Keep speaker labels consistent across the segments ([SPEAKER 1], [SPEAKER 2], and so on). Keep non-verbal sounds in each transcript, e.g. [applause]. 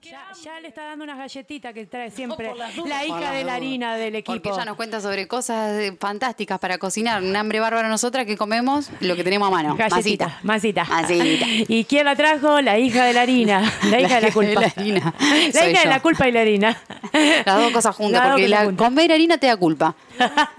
[SPEAKER 1] qué ya, ya le está dando unas galletitas que trae siempre
[SPEAKER 2] por las dudas.
[SPEAKER 1] la
[SPEAKER 3] Por
[SPEAKER 1] hija
[SPEAKER 3] las
[SPEAKER 1] de la
[SPEAKER 3] dudas.
[SPEAKER 1] harina del equipo.
[SPEAKER 4] Porque ella nos cuenta sobre cosas eh, fantásticas para cocinar. Un hambre bárbara nosotras que comemos lo que tenemos a mano.
[SPEAKER 1] Galletita, masita.
[SPEAKER 4] Masita.
[SPEAKER 1] [laughs] ¿Y quién la trajo? La hija de la
[SPEAKER 4] [laughs]
[SPEAKER 1] harina. La hija de la culpa.
[SPEAKER 4] La harina.
[SPEAKER 1] La
[SPEAKER 4] Soy
[SPEAKER 1] hija de
[SPEAKER 4] yo.
[SPEAKER 1] la culpa y la harina.
[SPEAKER 4] Las dos cosas juntas,
[SPEAKER 1] Las dos
[SPEAKER 4] porque
[SPEAKER 1] cosas
[SPEAKER 4] la-
[SPEAKER 1] juntas.
[SPEAKER 4] comer harina te
[SPEAKER 1] [laughs]
[SPEAKER 4] da culpa.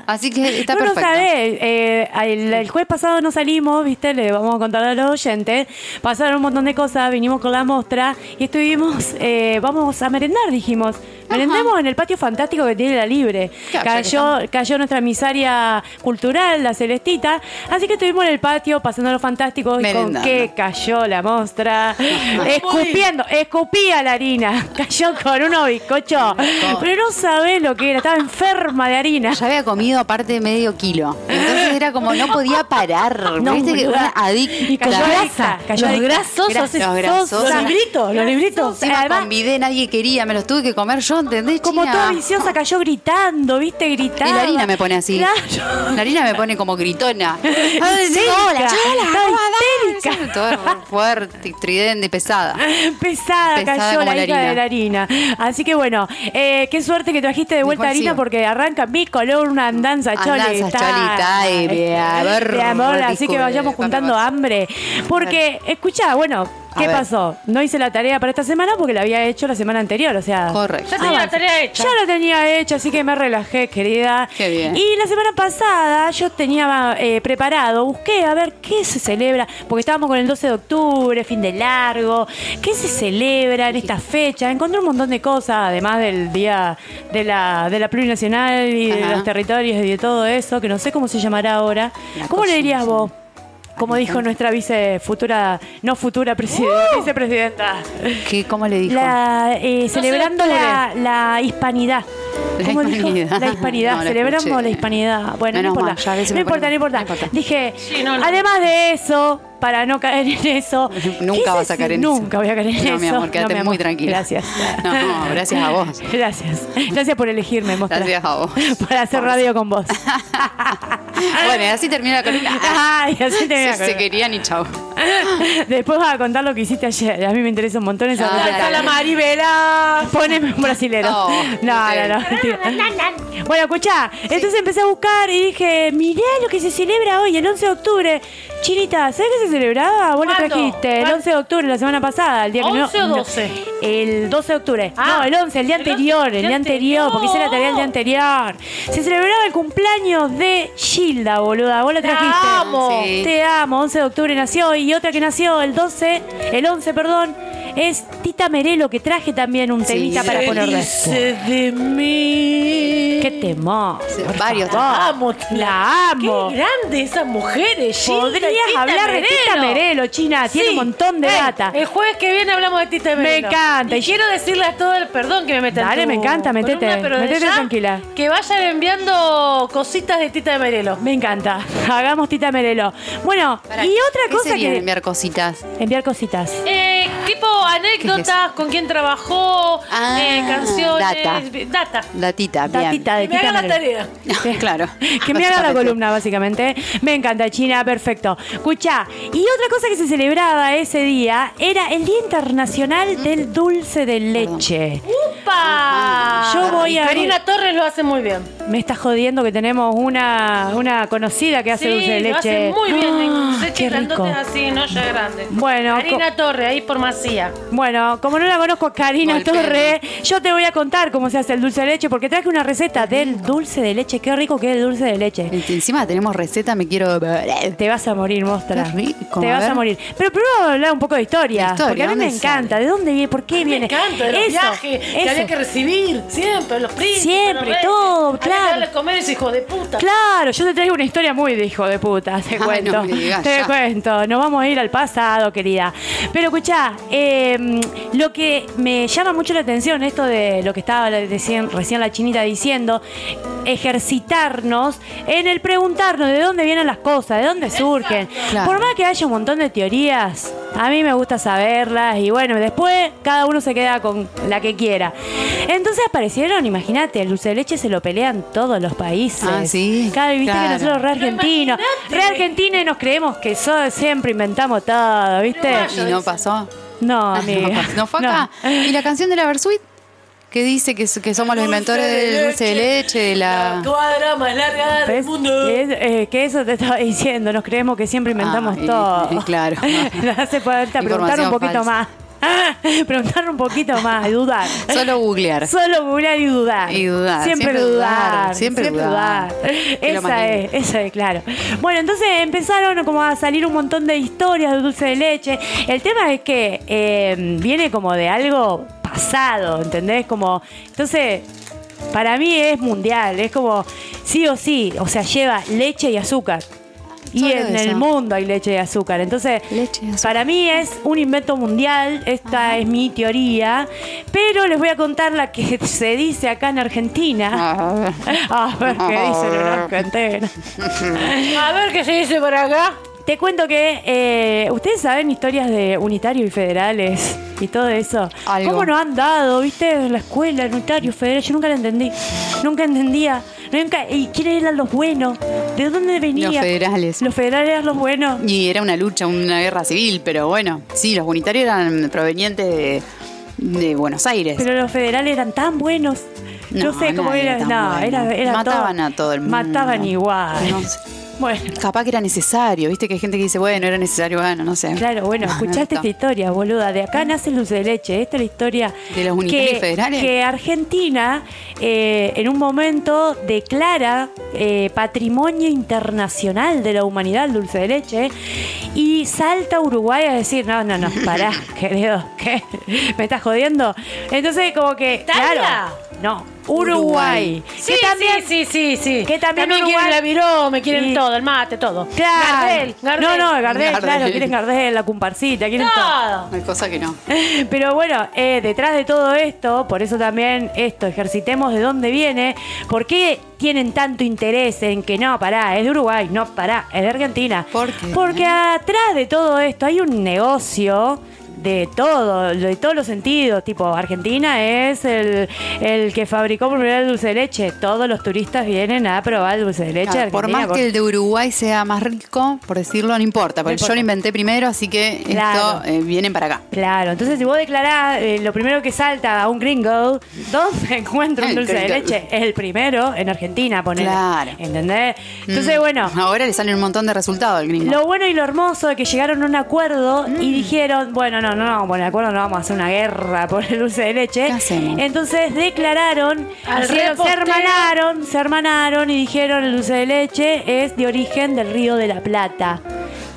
[SPEAKER 4] Así que está
[SPEAKER 1] no lo
[SPEAKER 4] perfecto.
[SPEAKER 1] sabés. eh, el, el jueves pasado no salimos, ¿viste? Le vamos a contar a los oyentes. Pasaron un montón de cosas, vinimos con la mostra y estuvimos, eh, vamos a merendar, dijimos. Merendemos en el patio fantástico que tiene la libre.
[SPEAKER 4] Claro, ya que
[SPEAKER 1] Cayó, cayó nuestra misaria cultural, la Celestita. Así que estuvimos en el patio pasando lo fantástico y con
[SPEAKER 4] Merendando.
[SPEAKER 1] qué cayó la mostra.
[SPEAKER 4] [laughs]
[SPEAKER 1] Escupiendo, escupía la harina. [laughs] Cayó con unos bizcochos. Pero no sabés lo que era, estaba enferma de harina.
[SPEAKER 4] Ya había comido aparte de medio kilo. Entonces era como no podía parar.
[SPEAKER 1] No,
[SPEAKER 4] Viste que
[SPEAKER 1] boluda.
[SPEAKER 4] una adicta.
[SPEAKER 1] Y cayó grasa. Cayó
[SPEAKER 2] Los
[SPEAKER 1] adicta.
[SPEAKER 2] grasosos,
[SPEAKER 1] Grasa.
[SPEAKER 4] esos Los grasosos.
[SPEAKER 2] Los libritos, los libritos.
[SPEAKER 4] Encima
[SPEAKER 1] Además,
[SPEAKER 4] convidé, nadie quería, me los tuve que comer yo, ¿entendés?
[SPEAKER 1] como
[SPEAKER 4] China?
[SPEAKER 1] toda viciosa cayó gritando, viste, gritando.
[SPEAKER 4] Y la harina me pone así.
[SPEAKER 1] Claro. [laughs]
[SPEAKER 4] La harina me pone como gritona.
[SPEAKER 1] Histérica,
[SPEAKER 4] Hola,
[SPEAKER 1] estaba
[SPEAKER 4] hola,
[SPEAKER 1] histérica.
[SPEAKER 4] Todo fuerte, tridente, pesada.
[SPEAKER 1] Pesada,
[SPEAKER 4] Pesada
[SPEAKER 1] cayó
[SPEAKER 4] como
[SPEAKER 1] la
[SPEAKER 4] la
[SPEAKER 1] hija de la harina. Así que bueno, eh, qué suerte que trajiste de vuelta
[SPEAKER 4] Mejor
[SPEAKER 1] harina
[SPEAKER 4] sigo.
[SPEAKER 1] porque arranca mi color una andanza cholita. Este,
[SPEAKER 4] Andanza cholita, ay, de haber
[SPEAKER 1] De amor, así que
[SPEAKER 4] discurre-
[SPEAKER 1] vayamos juntando
[SPEAKER 4] barbacoa.
[SPEAKER 1] hambre. Porque, escuchá, bueno,
[SPEAKER 4] A
[SPEAKER 1] ¿qué
[SPEAKER 4] ver.
[SPEAKER 1] pasó? No hice la tarea para esta semana porque la había hecho la semana anterior, o sea.
[SPEAKER 4] Correcto.
[SPEAKER 2] Ya tenía la tarea hecha.
[SPEAKER 1] Ah, Ya lo tenía hecho, así que me relajé, querida.
[SPEAKER 4] Qué bien.
[SPEAKER 1] Y la semana pasada yo tenía eh, preparado, busqué a ver qué se celebra, porque estábamos con el 12 de octubre, fin de largo, qué se celebra en esta fecha. Encontré un montón de cosas, además del Día de la, de la Plurinacional y de
[SPEAKER 4] Ajá.
[SPEAKER 1] los territorios y de todo eso, que no sé cómo se llamará ahora.
[SPEAKER 4] La
[SPEAKER 1] ¿Cómo le dirías
[SPEAKER 4] constitución.
[SPEAKER 1] vos? Como dijo nuestra vice futura, no futura preside-
[SPEAKER 4] Uh.
[SPEAKER 1] vicepresidenta.
[SPEAKER 4] ¿Qué, ¿Cómo le dijo?
[SPEAKER 1] La, eh, celebrando
[SPEAKER 2] de
[SPEAKER 1] la, la hispanidad.
[SPEAKER 4] La
[SPEAKER 1] ¿Cómo dijo?
[SPEAKER 4] hispanidad.
[SPEAKER 1] La hispanidad.
[SPEAKER 4] [laughs] No, la
[SPEAKER 1] Celebramos
[SPEAKER 4] escuché.
[SPEAKER 1] la hispanidad. Bueno,
[SPEAKER 4] Menos
[SPEAKER 1] no
[SPEAKER 4] mal, ya
[SPEAKER 1] importa.
[SPEAKER 4] a veces
[SPEAKER 1] no,
[SPEAKER 4] me
[SPEAKER 1] importa
[SPEAKER 4] pone-
[SPEAKER 1] no importa,
[SPEAKER 4] no importa.
[SPEAKER 1] Dije,
[SPEAKER 2] Sí, no, no.
[SPEAKER 1] además de eso, para no caer en eso.
[SPEAKER 4] [laughs] Nunca
[SPEAKER 1] ¿qué
[SPEAKER 4] vas
[SPEAKER 1] se-
[SPEAKER 4] a caer en
[SPEAKER 1] Nunca voy a caer en eso.
[SPEAKER 4] No, mi amor, quédate
[SPEAKER 1] mi
[SPEAKER 4] muy tranquila.
[SPEAKER 1] Gracias.
[SPEAKER 4] No, gracias a vos.
[SPEAKER 1] [laughs] Gracias. Gracias por elegirme, mostra.
[SPEAKER 4] Gracias a vos.
[SPEAKER 1] [laughs] Para hacer
[SPEAKER 4] Por-
[SPEAKER 1] radio con vos.
[SPEAKER 4] [laughs] Bueno, y así termina la columna.
[SPEAKER 1] [laughs]
[SPEAKER 4] Ah,
[SPEAKER 1] Ay, así te
[SPEAKER 4] Se- se querían y chao.
[SPEAKER 1] Después vas a contar lo que hiciste ayer. A mí me interesa un montón esa
[SPEAKER 4] Ah,
[SPEAKER 1] vuelta.
[SPEAKER 4] dale. Oh,
[SPEAKER 1] la Maribela! Poneme un brasilero.
[SPEAKER 4] No,
[SPEAKER 1] no, no, no, mentira. Bueno, escuchá. Entonces empecé a buscar y dije, mirá lo que se celebra hoy, el 11 de octubre. Chinita, ¿sabes qué se celebraba? Vos lo
[SPEAKER 2] ¿Cuándo?
[SPEAKER 1] trajiste el
[SPEAKER 2] ¿Cuándo?
[SPEAKER 1] 11 de octubre, la semana pasada. El día que no-
[SPEAKER 2] 11 o
[SPEAKER 1] no,
[SPEAKER 2] 12?
[SPEAKER 1] el 12 de octubre.
[SPEAKER 2] Ah.
[SPEAKER 1] no, el 11, el día
[SPEAKER 2] El
[SPEAKER 1] anterior. El
[SPEAKER 2] 11,
[SPEAKER 1] día anterior, porque hice la tarea el día anterior. Se celebraba el cumpleaños de Gilda, boluda. Vos lo trajiste.
[SPEAKER 2] amo.
[SPEAKER 4] Sí.
[SPEAKER 1] Te amo, 11 de octubre nació y otra que nació el 12, el 11, perdón, es Tita Merelo que traje también un
[SPEAKER 4] Sí,
[SPEAKER 1] temita Ah, para
[SPEAKER 4] feliz.
[SPEAKER 1] poner
[SPEAKER 2] Felice de mí.
[SPEAKER 1] Qué temor.
[SPEAKER 4] Varios.
[SPEAKER 2] La amo.
[SPEAKER 1] La amo.
[SPEAKER 2] Qué grande esas mujeres. Gilda y
[SPEAKER 1] Podrías
[SPEAKER 2] Tita
[SPEAKER 1] hablar de Tita Merelo, China, tiene un
[SPEAKER 2] Sí.
[SPEAKER 1] montón de
[SPEAKER 2] Ey,
[SPEAKER 1] data.
[SPEAKER 2] El jueves que viene hablamos de Tita Merelo.
[SPEAKER 1] encanta.
[SPEAKER 2] Y quiero decirle a todo el perdón que me metan.
[SPEAKER 1] Dale, me encanta, metete, metete tranquila.
[SPEAKER 2] Que vayan enviando cositas de Tita Merelo.
[SPEAKER 1] Me encanta. Hagamos Tita Merelo. Bueno,
[SPEAKER 4] Pará,
[SPEAKER 1] y otra
[SPEAKER 4] ¿qué
[SPEAKER 1] cosa
[SPEAKER 4] sería
[SPEAKER 1] que.
[SPEAKER 4] enviar cositas.
[SPEAKER 1] enviar cositas.
[SPEAKER 2] [laughs] Eh, tipo
[SPEAKER 4] ¿Qué es
[SPEAKER 2] anécdotas, con quién trabajó,
[SPEAKER 4] Ah,
[SPEAKER 2] eh, canciones,
[SPEAKER 4] data.
[SPEAKER 2] data.
[SPEAKER 4] Datita, bien. [laughs]
[SPEAKER 1] Datita
[SPEAKER 2] Que
[SPEAKER 1] de
[SPEAKER 2] me
[SPEAKER 1] Tita
[SPEAKER 2] haga la
[SPEAKER 1] Merelo.
[SPEAKER 2] tarea.
[SPEAKER 4] claro.
[SPEAKER 1] Que me haga la columna, básicamente. Me encanta, China, perfecto. Escucha, y otra cosa que se celebraba ese día era el Día
[SPEAKER 2] Mm.
[SPEAKER 1] Internacional del Dulce de Leche.
[SPEAKER 2] ¡Upa!
[SPEAKER 1] Yo voy a abrir-
[SPEAKER 2] Karina Torres lo hace muy bien.
[SPEAKER 1] Me está jodiendo que tenemos una, una conocida que hace
[SPEAKER 2] sí,
[SPEAKER 1] dulce de leche.
[SPEAKER 2] lo hace muy bien.
[SPEAKER 1] Ah,
[SPEAKER 2] dulce de leche
[SPEAKER 1] qué rico.
[SPEAKER 2] grandotes así, no ya grande.
[SPEAKER 1] Bueno,
[SPEAKER 2] Karina Torres, ahí por Macía.
[SPEAKER 1] Bueno, como no la conozco a Karina
[SPEAKER 4] Golpeando.
[SPEAKER 1] Torre, yo te voy a contar cómo se hace el dulce de leche, porque traje una receta del dulce de leche. Qué rico que es el dulce de leche.
[SPEAKER 4] Y Encima tenemos receta, me quiero.
[SPEAKER 1] Te vas a morir, mostra.
[SPEAKER 4] Qué rico,
[SPEAKER 1] Te
[SPEAKER 4] a
[SPEAKER 1] vas
[SPEAKER 4] ver.
[SPEAKER 1] a morir. Pero primero vamos a hablar un poco de historia.
[SPEAKER 4] De historia,
[SPEAKER 1] porque a mí me
[SPEAKER 4] ¿dónde sale?
[SPEAKER 1] encanta. ¿De dónde viene? ¿Por qué
[SPEAKER 2] Me
[SPEAKER 1] viene?
[SPEAKER 2] encanta de los
[SPEAKER 1] Eso,
[SPEAKER 2] viajes que
[SPEAKER 1] eso.
[SPEAKER 2] había que recibir siempre, los príncipes.
[SPEAKER 1] Siempre,
[SPEAKER 2] los reyes.
[SPEAKER 1] todo,
[SPEAKER 2] Había que
[SPEAKER 1] claro.
[SPEAKER 2] darle de comer a ese hijo de puta.
[SPEAKER 1] Claro, yo te traigo una historia muy de hijo de puta, te
[SPEAKER 4] Ay, no
[SPEAKER 1] cuento.
[SPEAKER 4] me digas,
[SPEAKER 1] te
[SPEAKER 4] ya.
[SPEAKER 1] cuento, nos vamos a ir al pasado, querida. Pero escuchá, eh, lo que me llama mucho la atención, esto de lo que estaba recién, recién la chinita diciendo, ejercitarnos en el preguntarnos de dónde vienen las cosas, de dónde surgen.
[SPEAKER 4] Claro.
[SPEAKER 1] Por más que haya un montón de teorías, a mí me gusta saberlas y bueno, después cada uno se queda con la que quiera. Entonces aparecieron, imagínate, el dulce de leche se lo pelean todos los países.
[SPEAKER 4] Ah, ¿sí?
[SPEAKER 1] Claro, y viste que
[SPEAKER 4] Claro.
[SPEAKER 1] nosotros re argentinos,
[SPEAKER 2] Pero
[SPEAKER 1] re argentinos y nos creemos que so- siempre inventamos todo, ¿viste?
[SPEAKER 2] Uruguayo.
[SPEAKER 4] ¿Y [laughs] no pasó?
[SPEAKER 1] No,
[SPEAKER 4] Ah,
[SPEAKER 1] amiga.
[SPEAKER 4] ¿No fue acá? ¿Y la canción de la Versuit? Que dice que, s- que somos los inventores del dulce de leche, de la...
[SPEAKER 2] cuadra más larga del
[SPEAKER 1] ¿Ves?
[SPEAKER 2] mundo.
[SPEAKER 1] Que, es- eh, que eso te estaba diciendo, nos creemos que siempre inventamos
[SPEAKER 4] Ah, y-
[SPEAKER 1] todo.
[SPEAKER 4] y
[SPEAKER 1] [laughs]
[SPEAKER 4] claro.
[SPEAKER 1] Hace falta preguntar un
[SPEAKER 4] Información
[SPEAKER 1] poquito
[SPEAKER 4] falsa.
[SPEAKER 1] más. [laughs] preguntar un poquito más, dudar.
[SPEAKER 4] Solo googlear.
[SPEAKER 1] Solo googlear y dudar.
[SPEAKER 4] Y dudar,
[SPEAKER 1] Siempre,
[SPEAKER 4] siempre
[SPEAKER 1] dudar,
[SPEAKER 4] dudar, siempre dudar. Es lo más
[SPEAKER 1] Esa es,
[SPEAKER 4] lindo.
[SPEAKER 1] esa es, claro. Bueno, entonces empezaron como a salir un montón de historias de dulce de leche. El tema es que eh, viene como de algo pasado, ¿entendés? Como, entonces, para mí es mundial, es como sí o sí, o sea, lleva leche y azúcar. Y
[SPEAKER 4] Solo
[SPEAKER 1] en
[SPEAKER 4] eso.
[SPEAKER 1] el mundo hay leche y azúcar. Entonces,
[SPEAKER 4] Leche y azúcar.
[SPEAKER 1] para mí es un invento mundial, esta es mi teoría, pero les voy a contar la que [laughs] se dice acá en Argentina.
[SPEAKER 4] Ah,
[SPEAKER 1] [laughs] A ver qué dicen en Argentina.
[SPEAKER 2] A ver qué se dice por acá.
[SPEAKER 1] Te cuento que eh, ustedes saben historias de unitarios y federales y todo eso.
[SPEAKER 4] Algo.
[SPEAKER 1] ¿Cómo nos han dado, viste, en la escuela, unitarios, federales? Yo nunca la entendí. Nunca entendía. Nunca, ¿Y quiénes eran los buenos? ¿De dónde venían?
[SPEAKER 4] Los federales.
[SPEAKER 1] Los federales eran los buenos.
[SPEAKER 4] Y era una lucha, una guerra civil, pero bueno, sí, los unitarios eran provenientes de, de Buenos Aires.
[SPEAKER 1] Pero los federales eran tan buenos. No,
[SPEAKER 4] No,
[SPEAKER 1] sé cómo
[SPEAKER 4] nadie
[SPEAKER 1] era.
[SPEAKER 4] tan
[SPEAKER 1] No,
[SPEAKER 4] bueno.
[SPEAKER 1] era, era
[SPEAKER 4] Mataban a todo el mundo.
[SPEAKER 1] Mataban igual.
[SPEAKER 4] No sé.
[SPEAKER 1] Bueno.
[SPEAKER 4] Capaz que era necesario, viste que hay gente que dice, bueno, era necesario, bueno, no sé.
[SPEAKER 1] Claro, bueno,
[SPEAKER 4] Ah,
[SPEAKER 1] escuchaste
[SPEAKER 4] [laughs] no
[SPEAKER 1] esta historia, boluda. De acá nace el dulce de leche. Esta es la historia
[SPEAKER 4] ¿De los unitarios
[SPEAKER 1] que,
[SPEAKER 4] federales?
[SPEAKER 1] que Argentina eh, en un momento declara eh, patrimonio internacional de la humanidad el dulce de leche y salta a Uruguay a decir, no, no, no,
[SPEAKER 4] [laughs]
[SPEAKER 1] pará, querido, ¿qué? ¿Me estás jodiendo? Entonces como que,
[SPEAKER 2] ¿Tala?
[SPEAKER 1] claro, no, Uruguay.
[SPEAKER 4] Uruguay.
[SPEAKER 2] Sí,
[SPEAKER 1] que también,
[SPEAKER 2] sí, sí, sí, sí.
[SPEAKER 1] que también
[SPEAKER 2] quieren
[SPEAKER 1] Uruguay-
[SPEAKER 2] la viró, me quieren
[SPEAKER 1] Sí.
[SPEAKER 2] todo, el mate, todo.
[SPEAKER 1] Claro.
[SPEAKER 2] Gardel, Gardel.
[SPEAKER 1] No, no, Gardel,
[SPEAKER 4] Gardel.
[SPEAKER 1] claro, quieren Gardel, la comparsita, quieren todo. [laughs]
[SPEAKER 2] Todo.
[SPEAKER 4] Hay cosas que no.
[SPEAKER 1] Pero bueno, eh, detrás de todo esto, por eso también esto, ejercitemos de dónde viene, por qué tienen tanto interés en que no, pará, es de Uruguay, no, pará, es de Argentina.
[SPEAKER 4] ¿Por qué?
[SPEAKER 1] Porque atrás de todo esto hay un negocio de todo, de todos los sentidos, tipo Argentina es el, el que fabricó por primera vez el dulce de leche, todos los turistas vienen a probar el dulce de leche de
[SPEAKER 4] Claro, por
[SPEAKER 1] Argentina,
[SPEAKER 4] más
[SPEAKER 1] por-
[SPEAKER 4] que el de Uruguay sea más rico, por decirlo, no importa, porque yo
[SPEAKER 1] importa.
[SPEAKER 4] lo inventé primero, así que
[SPEAKER 1] Claro.
[SPEAKER 4] esto eh, vienen para acá.
[SPEAKER 1] Claro, entonces si vos declarás eh, lo primero que salta a un gringo, ¿dónde [laughs] encuentra un
[SPEAKER 4] El
[SPEAKER 1] dulce de
[SPEAKER 4] gringo.
[SPEAKER 1] leche? Es el primero en Argentina, poner.
[SPEAKER 4] Claro.
[SPEAKER 1] ¿Entendés? Entonces,
[SPEAKER 4] Mm.
[SPEAKER 1] bueno,
[SPEAKER 4] Ahora le salen un montón de resultados al gringo.
[SPEAKER 1] lo bueno y lo hermoso es que llegaron a un acuerdo
[SPEAKER 4] Mm.
[SPEAKER 1] y dijeron, bueno, no, no, no, bueno, de acuerdo no vamos a hacer una guerra por el dulce de leche.
[SPEAKER 4] ¿Qué hacemos?
[SPEAKER 1] Entonces declararon,
[SPEAKER 2] Al
[SPEAKER 1] hicieron- se
[SPEAKER 2] repostero.
[SPEAKER 1] hermanaron, se hermanaron y dijeron el dulce de leche es de origen del río de la Plata,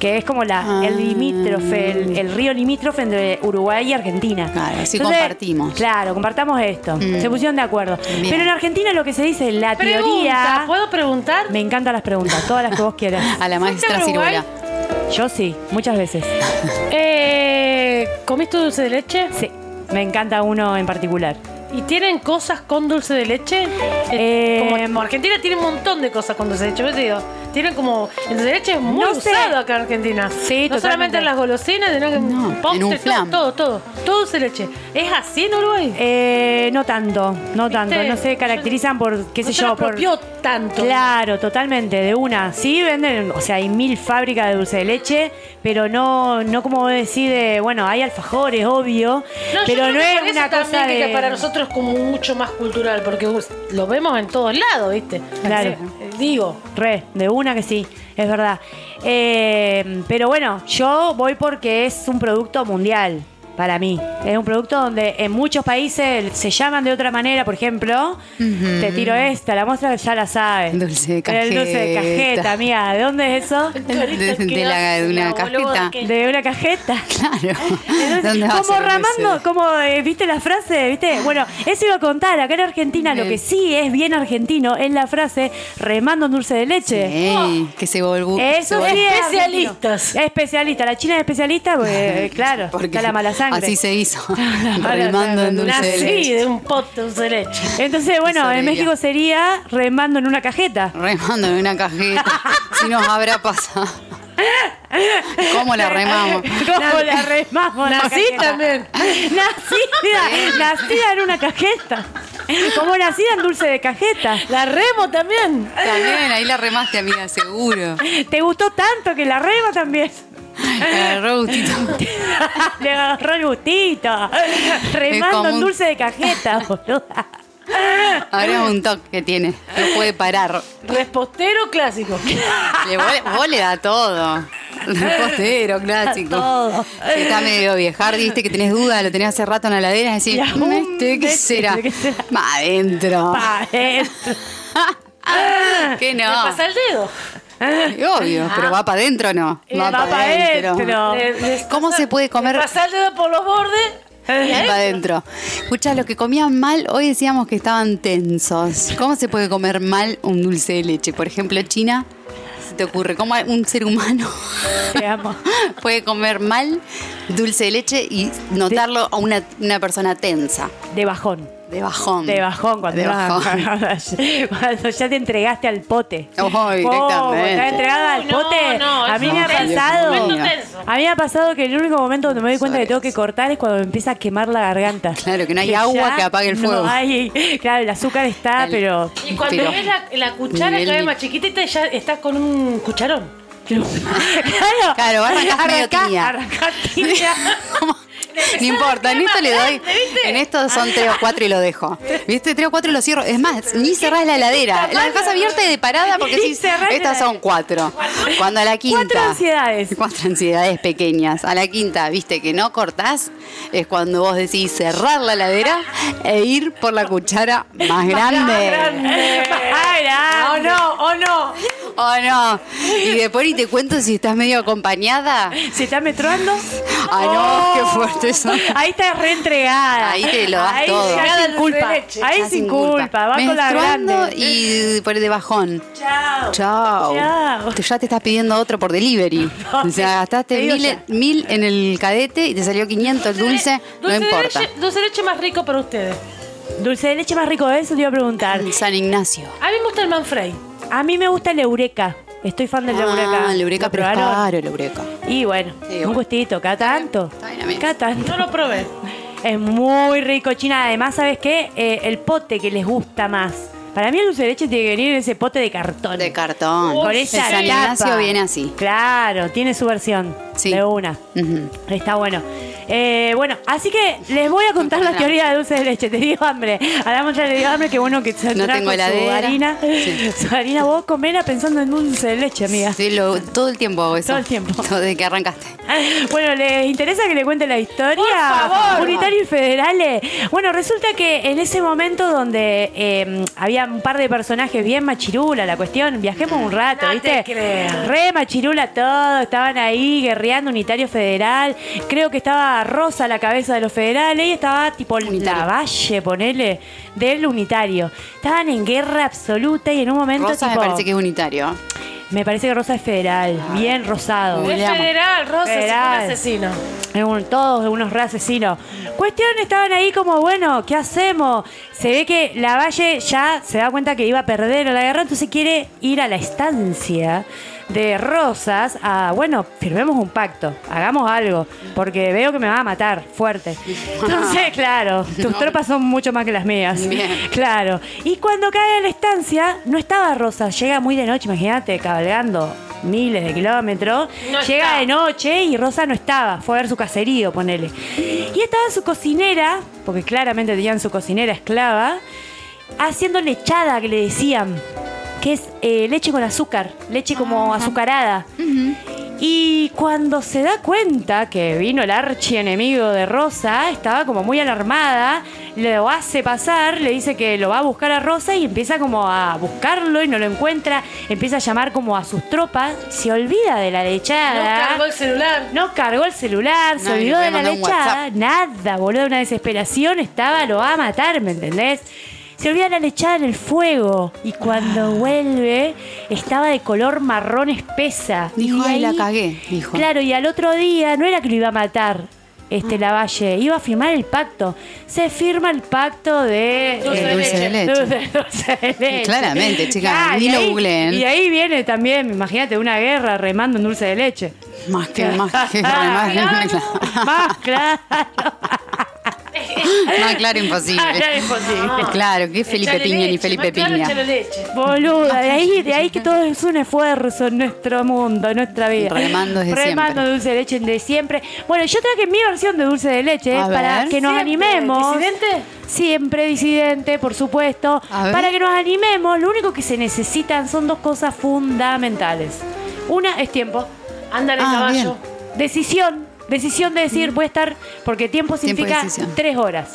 [SPEAKER 1] que es como la, el
[SPEAKER 4] Ah.
[SPEAKER 1] limítrofe, el, el río limítrofe entre Uruguay y Argentina.
[SPEAKER 4] Claro, así compartimos. Mm.
[SPEAKER 1] Claro, compartamos esto. Se pusieron de acuerdo.
[SPEAKER 4] Bien.
[SPEAKER 1] Pero en Argentina lo que se dice, la
[SPEAKER 2] Pregunta,
[SPEAKER 1] teoría...
[SPEAKER 2] ¿puedo preguntar?
[SPEAKER 1] Me encantan las preguntas, todas las que vos
[SPEAKER 4] [laughs]
[SPEAKER 1] quieras.
[SPEAKER 4] A la maestra
[SPEAKER 2] ¿Fuiste a Uruguay?
[SPEAKER 4] Ciruela.
[SPEAKER 1] Yo sí, muchas veces.
[SPEAKER 2] Eh, ¿Comiste dulce de leche?
[SPEAKER 1] Sí, me encanta uno en particular.
[SPEAKER 2] ¿Y tienen cosas con dulce de leche? Eh,
[SPEAKER 1] Eh,
[SPEAKER 2] como, como Argentina tiene un montón de cosas con dulce de leche. Yo te digo, tienen como. El dulce de leche es muy
[SPEAKER 1] No sé.
[SPEAKER 2] usado acá en Argentina.
[SPEAKER 1] Sí,
[SPEAKER 2] No
[SPEAKER 1] totalmente.
[SPEAKER 2] solamente en las golosinas, sino que en
[SPEAKER 4] No, en
[SPEAKER 2] postres,
[SPEAKER 4] un
[SPEAKER 2] todo,
[SPEAKER 4] flan.
[SPEAKER 2] Todo, todo, todo dulce de leche. ¿Es así en Uruguay?
[SPEAKER 1] Eh, no tanto, no tanto. No se
[SPEAKER 2] yo-
[SPEAKER 1] caracterizan por, qué
[SPEAKER 2] no
[SPEAKER 1] sé
[SPEAKER 2] se
[SPEAKER 1] yo,
[SPEAKER 2] lo
[SPEAKER 1] por...
[SPEAKER 2] apropió tanto.
[SPEAKER 1] Claro, totalmente, de una. Sí, venden, o sea, hay mil fábricas de dulce de leche, pero no, no como decide, bueno, hay alfajores, obvio,
[SPEAKER 2] No, yo
[SPEAKER 1] pero no
[SPEAKER 2] creo que por
[SPEAKER 1] es
[SPEAKER 2] eso
[SPEAKER 1] una
[SPEAKER 2] también
[SPEAKER 1] cosa
[SPEAKER 2] que,
[SPEAKER 1] de...
[SPEAKER 2] que para nosotros es como mucho más cultural, porque us- lo vemos en todos lados, ¿viste?
[SPEAKER 1] Claro.
[SPEAKER 2] Eh, Digo,
[SPEAKER 1] Re, de una que sí, es verdad. Eh, pero bueno, yo voy porque es un producto mundial para mí. Es un producto donde en muchos países se llaman de otra manera, por ejemplo, te tiro esta, la muestra ya la sabes.
[SPEAKER 4] Dulce de
[SPEAKER 1] Pero El dulce de
[SPEAKER 4] cajeta.
[SPEAKER 1] cajeta, mía, ¿de dónde es eso?
[SPEAKER 4] De, de- de la, de una cajeta.
[SPEAKER 1] De una cajeta.
[SPEAKER 4] Claro.
[SPEAKER 1] [laughs] Entonces,
[SPEAKER 4] [laughs] ¿Dónde va a
[SPEAKER 1] como
[SPEAKER 4] ser
[SPEAKER 1] ramando,
[SPEAKER 4] ese?
[SPEAKER 1] como eh, viste la frase, viste, bueno, eso iba a contar, acá en Argentina lo
[SPEAKER 4] Bien.
[SPEAKER 1] que sí es bien argentino es la frase remando un dulce de leche.
[SPEAKER 4] Ey, que Uh, se volvió.
[SPEAKER 1] Eso sí, es
[SPEAKER 2] Especialistas.
[SPEAKER 1] argentino. Especialista. La China es especialista, porque, eh, claro, está la mala sangre.
[SPEAKER 4] Así se
[SPEAKER 1] [laughs]
[SPEAKER 4] hizo.
[SPEAKER 1] mala
[SPEAKER 4] [laughs] Remando en
[SPEAKER 1] sangre.
[SPEAKER 4] dulce de
[SPEAKER 2] Nací
[SPEAKER 4] leche.
[SPEAKER 2] de un pot de dulce de leche.
[SPEAKER 1] Entonces, bueno, en
[SPEAKER 4] Sobrevivió.
[SPEAKER 1] México sería remando en una cajeta.
[SPEAKER 4] Remando en
[SPEAKER 1] [laughs]
[SPEAKER 4] una cajeta. si nos habrá pasado. ¿Cómo la remamos?
[SPEAKER 1] [laughs] ¿Cómo la remamos? en la
[SPEAKER 2] Nací
[SPEAKER 1] cajeta?
[SPEAKER 2] también.
[SPEAKER 1] [laughs] Nacida, nacida en una cajeta. Como nacida en dulce de cajeta.
[SPEAKER 2] La remo también.
[SPEAKER 4] También, ahí la remaste, amiga, seguro.
[SPEAKER 1] Te gustó tanto que la rema también. [laughs]
[SPEAKER 4] Me agarró gustito.
[SPEAKER 1] Le agarró el gustito. Remando
[SPEAKER 4] como
[SPEAKER 1] en
[SPEAKER 4] un-
[SPEAKER 1] dulce de cajeta, boluda.
[SPEAKER 4] Ahora es un toque que tiene. No puede parar.
[SPEAKER 2] Repostero clásico.
[SPEAKER 4] Le, vos, vos le da todo. Postero, clásico. [laughs]
[SPEAKER 1] Todo.
[SPEAKER 4] Que está medio viejar, viste que tenés duda, lo tenés hace rato en la heladera, decís,
[SPEAKER 1] Y aún
[SPEAKER 4] "Mm, este, ¿qué
[SPEAKER 1] este,
[SPEAKER 4] será?
[SPEAKER 1] ¿qué será?
[SPEAKER 4] Más adentro.
[SPEAKER 1] Pa' adentro.
[SPEAKER 4] Que
[SPEAKER 2] Le
[SPEAKER 4] no.
[SPEAKER 2] pasa el dedo.
[SPEAKER 4] Obvio, pero va para adentro no.
[SPEAKER 1] Ah. Eh,
[SPEAKER 4] Va,
[SPEAKER 1] va
[SPEAKER 4] para
[SPEAKER 1] pa'
[SPEAKER 4] adentro.
[SPEAKER 1] adentro. No.
[SPEAKER 2] Le- le-
[SPEAKER 4] ¿Cómo se puede comer
[SPEAKER 2] le pasa el dedo por los bordes.
[SPEAKER 4] [laughs]
[SPEAKER 2] y
[SPEAKER 4] para
[SPEAKER 2] ahí-
[SPEAKER 4] adentro? Escucha, los que comían mal, hoy decíamos que estaban tensos. ¿Cómo se puede comer mal un dulce de leche? Por ejemplo, China, ¿se te ocurre? ¿Cómo un ser humano [laughs]
[SPEAKER 1] Te amo.
[SPEAKER 4] puede comer mal dulce de leche y notarlo a una, una persona tensa,
[SPEAKER 1] De bajón.
[SPEAKER 4] de bajón.
[SPEAKER 1] De bajón [laughs] cuando,
[SPEAKER 4] Mm. De bajón.
[SPEAKER 1] cuando ya te entregaste al pote. Oh,
[SPEAKER 4] Uy,
[SPEAKER 1] cuando
[SPEAKER 4] directamente.
[SPEAKER 1] estás entregada al
[SPEAKER 2] Uy, no,
[SPEAKER 1] pote.
[SPEAKER 2] no,
[SPEAKER 1] a
[SPEAKER 2] es
[SPEAKER 1] mí me
[SPEAKER 4] un
[SPEAKER 1] ha
[SPEAKER 4] tenso,
[SPEAKER 1] pasado.
[SPEAKER 4] un
[SPEAKER 2] momento tenso.
[SPEAKER 1] A mí me ha pasado que el único momento donde me doy cuenta que tengo que
[SPEAKER 4] Sabes.
[SPEAKER 1] cortar es cuando me empieza a quemar la garganta.
[SPEAKER 4] Claro, que no hay agua
[SPEAKER 1] ya
[SPEAKER 4] que apague el fuego.
[SPEAKER 1] No hay, claro, el azúcar está,
[SPEAKER 4] El-
[SPEAKER 1] pero. [laughs]
[SPEAKER 2] Y cuando
[SPEAKER 4] Pero-
[SPEAKER 2] ves la, la cuchara
[SPEAKER 4] Nivel
[SPEAKER 2] cada vez
[SPEAKER 4] mi-
[SPEAKER 2] más chiquitita, ya estás con un cucharón.
[SPEAKER 1] claro,
[SPEAKER 4] Claro, arrancás medio
[SPEAKER 1] arrancá-
[SPEAKER 4] tía.
[SPEAKER 1] arrancá tía.
[SPEAKER 4] No importa, en esto le doy. En esto son tres o cuatro y lo dejo. ¿Viste? Tres o cuatro y lo cierro. Es más, ni cerrás la heladera. La dejás abierta y de parada porque
[SPEAKER 1] Ni
[SPEAKER 4] sí,
[SPEAKER 1] cerrás la
[SPEAKER 4] estas son cuatro. Cuando a la [laughs] quinta.
[SPEAKER 1] Cuatro ansiedades.
[SPEAKER 4] Cuatro ansiedades pequeñas. A la quinta, viste que no cortás, es cuando vos decidís cerrar la heladera e ir por la cuchara más grande.
[SPEAKER 2] [laughs]
[SPEAKER 1] Ay,
[SPEAKER 2] ¿O
[SPEAKER 1] grande.
[SPEAKER 2] no? ¿O no?
[SPEAKER 4] Oh no. Y después ni te cuento si estás medio acompañada.
[SPEAKER 1] ¿Se está metroando?
[SPEAKER 4] Ay Ah,
[SPEAKER 1] Oh.
[SPEAKER 4] no, qué fuerte eso.
[SPEAKER 1] Ahí está reentregada.
[SPEAKER 4] Ahí te lo das
[SPEAKER 1] Ahí
[SPEAKER 4] todo.
[SPEAKER 1] ya
[SPEAKER 2] Entregada
[SPEAKER 1] sin
[SPEAKER 2] de
[SPEAKER 1] culpa.
[SPEAKER 2] leche.
[SPEAKER 1] Ahí
[SPEAKER 4] Ya
[SPEAKER 1] sin culpa. Va con la
[SPEAKER 4] Menstruando
[SPEAKER 1] grande.
[SPEAKER 4] y por el de bajón.
[SPEAKER 1] Chao.
[SPEAKER 4] Chao.
[SPEAKER 1] Chao.
[SPEAKER 4] Te- Ya te estás pidiendo otro por delivery.
[SPEAKER 1] [laughs] No,
[SPEAKER 4] o sea, gastaste
[SPEAKER 1] te digo
[SPEAKER 4] mil,
[SPEAKER 1] ya.
[SPEAKER 4] mil en el cadete y te salió 500 el dulce. No
[SPEAKER 2] de
[SPEAKER 4] importa.
[SPEAKER 2] leche- dulce de leche más rico para ustedes.
[SPEAKER 1] Dulce de leche más rico, eso te iba a preguntar.
[SPEAKER 4] San Ignacio.
[SPEAKER 2] A mí me gusta el Manfrey.
[SPEAKER 1] A mí me gusta el Eureka. Estoy fan del Eureka.
[SPEAKER 4] Ah, el
[SPEAKER 1] ¿Lo
[SPEAKER 4] Eureka, pero es
[SPEAKER 1] probaron?
[SPEAKER 4] caro el Eureka.
[SPEAKER 1] Y bueno,
[SPEAKER 4] bueno.
[SPEAKER 1] un gustito, cada tanto.
[SPEAKER 4] Está bien, amigo.
[SPEAKER 1] Cada tanto.
[SPEAKER 2] No lo probé.
[SPEAKER 1] [laughs] Es muy rico, China. Además, ¿sabes qué? Eh, el pote que les gusta más. Para mí el dulce de leche tiene que venir en ese pote de cartón.
[SPEAKER 4] De cartón.
[SPEAKER 1] Con
[SPEAKER 4] el
[SPEAKER 1] esa
[SPEAKER 4] San Ignacio
[SPEAKER 1] tapa.
[SPEAKER 4] viene así.
[SPEAKER 1] Claro, tiene su versión.
[SPEAKER 4] Sí.
[SPEAKER 1] De una.
[SPEAKER 4] Ujú.
[SPEAKER 1] Está bueno. Eh, bueno, así que les voy a contar la teoría de dulce de leche. Te dio hambre. A la muchacha le dio hambre, que bueno que se
[SPEAKER 4] No
[SPEAKER 1] trajo
[SPEAKER 4] tengo
[SPEAKER 1] su
[SPEAKER 4] heladera.
[SPEAKER 1] harina.
[SPEAKER 4] Sí.
[SPEAKER 1] [laughs] Su harina, vos comela pensando en dulce de leche, amiga.
[SPEAKER 4] Sí, lo- todo el tiempo hago eso.
[SPEAKER 1] Todo el tiempo.
[SPEAKER 4] [laughs] Desde que arrancaste.
[SPEAKER 1] [laughs] Bueno, ¿les interesa que le cuente la historia?
[SPEAKER 2] Por favor.
[SPEAKER 1] Unitario y federales. Bueno, resulta que en ese momento donde eh, había un par de personajes bien machirula, la cuestión, viajemos un rato,
[SPEAKER 2] No
[SPEAKER 1] ¿viste?
[SPEAKER 2] te creo.
[SPEAKER 1] Re machirula todo, estaban ahí guerreando Unitario Federal. Creo que estaba Rosa a la cabeza de los federales y estaba tipo
[SPEAKER 4] Unitario.
[SPEAKER 1] la valle, ponele, del Unitario. Estaban en guerra absoluta y en un momento
[SPEAKER 4] Rosa me
[SPEAKER 1] tipo,
[SPEAKER 4] parece que es unitario.
[SPEAKER 1] me parece que Rosa es federal, bien rosado.
[SPEAKER 4] Uy.
[SPEAKER 2] Es
[SPEAKER 4] Julián.
[SPEAKER 2] federal, Rosa, es un
[SPEAKER 1] Federal.
[SPEAKER 2] asesino.
[SPEAKER 1] En Eh, un- todos unos re asesinos. Cuestión, estaban ahí como, bueno, ¿qué hacemos? Se ve que la Valle ya se da cuenta que iba a perder la guerra, entonces quiere ir a la estancia de Rosas a, bueno, firmemos un pacto, hagamos algo, porque veo que me va a matar fuerte. Entonces, claro, tus tropas son mucho más que las mías.
[SPEAKER 4] Bien.
[SPEAKER 1] Claro. Y cuando cae a la estancia, no estaba Rosas, llega muy de noche, imagínate, cabalgando miles de kilómetros,
[SPEAKER 2] No
[SPEAKER 1] llega
[SPEAKER 2] estaba.
[SPEAKER 1] de noche y Rosa no estaba, fue a ver su caserío, ponele. Y estaba su cocinera, porque claramente tenían su cocinera esclava, haciendo lechada que le decían, que es eh, leche con azúcar, leche como azucarada. Y cuando se da cuenta que vino el archienemigo de Rosa, estaba como muy alarmada, lo hace pasar, le dice que lo va a buscar a Rosa y empieza como a buscarlo y no lo encuentra, empieza a llamar como a sus tropas, se olvida de la
[SPEAKER 4] Ah.
[SPEAKER 2] No
[SPEAKER 1] lechada.
[SPEAKER 2] cargó el celular.
[SPEAKER 1] No cargó el celular, se
[SPEAKER 4] No, y le
[SPEAKER 1] olvidó de la
[SPEAKER 4] podía mandar un
[SPEAKER 1] lechada.
[SPEAKER 4] WhatsApp.
[SPEAKER 1] Nada, boludo, una desesperación estaba, lo va a matar, ¿me entendés? Se olvida la lechada en el fuego y
[SPEAKER 4] Ah.
[SPEAKER 1] cuando vuelve estaba de color marrón espesa.
[SPEAKER 4] Dijo,
[SPEAKER 1] Y
[SPEAKER 4] "Ay, la
[SPEAKER 1] ahí-
[SPEAKER 4] cagué", dijo.
[SPEAKER 1] Claro, y al otro día no era que lo iba a matar.
[SPEAKER 4] Ah.
[SPEAKER 1] Este Lavalle iba a firmar el pacto. Se firma el pacto de eh,
[SPEAKER 2] Dulce de
[SPEAKER 4] dulce de leche.
[SPEAKER 1] Dulce, [laughs] dulce de leche.
[SPEAKER 4] Claramente, chicas,
[SPEAKER 1] Ah,
[SPEAKER 4] ni
[SPEAKER 1] y
[SPEAKER 4] lo
[SPEAKER 1] ahí-
[SPEAKER 4] googleen.
[SPEAKER 1] Y ahí viene también, imagínate, una guerra remando en dulce de leche. [laughs]
[SPEAKER 4] Más que, [laughs] más que, más que-
[SPEAKER 1] Más claro.
[SPEAKER 4] No, claro, imposible.
[SPEAKER 1] Ah, claro, imposible.
[SPEAKER 4] Claro, que es Felipe
[SPEAKER 2] Echale
[SPEAKER 4] Piña ni
[SPEAKER 2] leche,
[SPEAKER 4] Felipe
[SPEAKER 2] más claro,
[SPEAKER 4] Piña.
[SPEAKER 2] echale leche.
[SPEAKER 1] Boluda, de ahí, de ahí que todo es un esfuerzo en nuestro mundo, en nuestra vida.
[SPEAKER 4] Remando desde
[SPEAKER 1] Remando
[SPEAKER 4] siempre.
[SPEAKER 1] dulce de leche de siempre. Bueno, yo traje mi versión de dulce de leche eh,
[SPEAKER 4] A
[SPEAKER 1] para
[SPEAKER 4] ver.
[SPEAKER 1] que nos
[SPEAKER 2] Siempre,
[SPEAKER 1] animemos.
[SPEAKER 2] ¿disidente?
[SPEAKER 1] Siempre disidente, por supuesto.
[SPEAKER 4] A ver.
[SPEAKER 1] Para que nos animemos, lo único que se necesitan son dos cosas fundamentales. Una es tiempo.
[SPEAKER 2] Anda en el
[SPEAKER 4] Ah,
[SPEAKER 2] caballo.
[SPEAKER 4] bien.
[SPEAKER 1] Decisión. Decisión de decir, voy a estar, porque tiempo
[SPEAKER 4] Tiempo y
[SPEAKER 1] significa
[SPEAKER 4] decisión.
[SPEAKER 1] tres horas.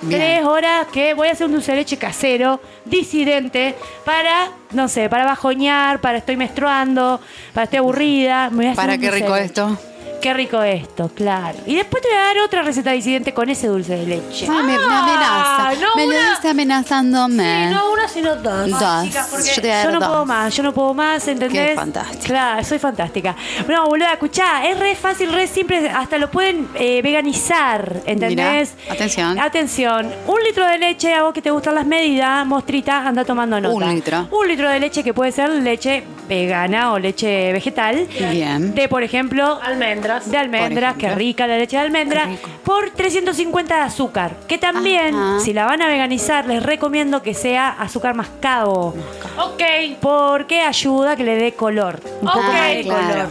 [SPEAKER 4] Bien.
[SPEAKER 1] Tres horas que voy a hacer un dulce de leche casero, disidente, para, no sé, para bajoñar, para estoy menstruando, para estoy aburrida. me voy a hacer
[SPEAKER 4] Para
[SPEAKER 1] un
[SPEAKER 4] qué
[SPEAKER 1] dulce
[SPEAKER 4] rico
[SPEAKER 1] de
[SPEAKER 4] esto.
[SPEAKER 1] leche. Qué rico esto, claro. Y después te voy a dar otra receta disidente con ese dulce de leche.
[SPEAKER 4] Ah, me, me
[SPEAKER 2] Ah,
[SPEAKER 4] amenaza.
[SPEAKER 2] no,
[SPEAKER 4] me lo
[SPEAKER 2] una-
[SPEAKER 4] dice amenazándome.
[SPEAKER 2] Sí, no una, sino dos.
[SPEAKER 4] Dos.
[SPEAKER 1] Ay, chicas, porque
[SPEAKER 4] Yo te voy a dar
[SPEAKER 1] no
[SPEAKER 4] dos.
[SPEAKER 1] puedo más, yo no puedo más, ¿entendés?
[SPEAKER 4] Qué fantástica.
[SPEAKER 1] Claro, soy fantástica. Bueno, boluda, escuchá, es re fácil, re simple, hasta lo pueden eh, veganizar, ¿entendés?
[SPEAKER 4] Mirá, atención.
[SPEAKER 1] Atención, un litro de leche, a vos que te gustan las medidas, mostrita, anda tomando nota.
[SPEAKER 4] Un litro.
[SPEAKER 1] Un litro de leche que puede ser leche vegana o leche vegetal.
[SPEAKER 4] Bien.
[SPEAKER 1] De, por ejemplo,
[SPEAKER 2] Almendras.
[SPEAKER 1] de almendras,
[SPEAKER 4] Por
[SPEAKER 1] qué
[SPEAKER 4] ejemplo.
[SPEAKER 1] rica la leche de almendra,
[SPEAKER 4] Qué rico.
[SPEAKER 1] por 350 de azúcar. Que también,
[SPEAKER 4] Ajá.
[SPEAKER 1] si la van a veganizar, les recomiendo que sea azúcar mascabo.
[SPEAKER 2] Ok.
[SPEAKER 1] Porque ayuda a que le dé color. Un poco
[SPEAKER 2] Ok,
[SPEAKER 1] más de
[SPEAKER 4] claro.
[SPEAKER 1] color.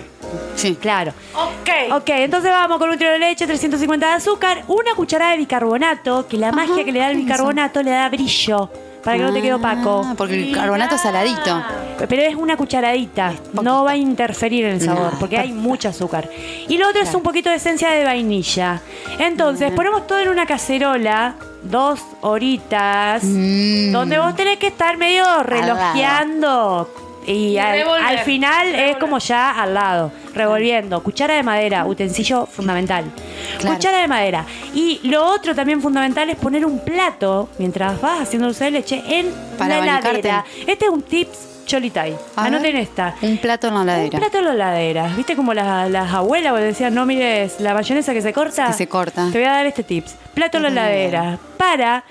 [SPEAKER 4] Sí.
[SPEAKER 1] Claro.
[SPEAKER 2] Ok.
[SPEAKER 1] Ok, entonces vamos con un litro de leche, 350 de azúcar, una cucharada de bicarbonato, que la magia que le da el
[SPEAKER 4] ¿qué es eso?
[SPEAKER 1] bicarbonato le da brillo, para que no te quede opaco.
[SPEAKER 4] Ah, Porque el carbonato es saladito.
[SPEAKER 1] Pero es una cucharadita, no va a interferir en el sabor,
[SPEAKER 4] No,
[SPEAKER 1] porque hay mucho azúcar. Y lo otro es un poquito de esencia de vainilla.
[SPEAKER 4] Mm.
[SPEAKER 1] Entonces, ponemos todo en una cacerola, dos horitas,
[SPEAKER 4] Mm.
[SPEAKER 1] donde vos tenés que estar medio relojeando. Y
[SPEAKER 2] Y
[SPEAKER 1] al,
[SPEAKER 2] revolver,
[SPEAKER 1] al final es
[SPEAKER 2] revolver.
[SPEAKER 1] como ya al lado, revolviendo. Cuchara de madera, utensilio fundamental.
[SPEAKER 4] Claro.
[SPEAKER 1] Cuchara de madera. Y lo otro también fundamental es poner un plato, mientras vas haciendo dulce de leche, en
[SPEAKER 4] Para
[SPEAKER 1] la
[SPEAKER 4] abanicarte.
[SPEAKER 1] heladera. Este es un tips cholitai.
[SPEAKER 4] A
[SPEAKER 1] Anoten
[SPEAKER 4] ver.
[SPEAKER 1] esta.
[SPEAKER 4] Un plato en la
[SPEAKER 1] Un
[SPEAKER 4] heladera.
[SPEAKER 1] plato en la heladera. ¿Viste como las, las abuelas vos decían, no mires la mayonesa que se corta?
[SPEAKER 4] Que se corta.
[SPEAKER 1] Te voy a dar este tips. Plato en la heladera. Para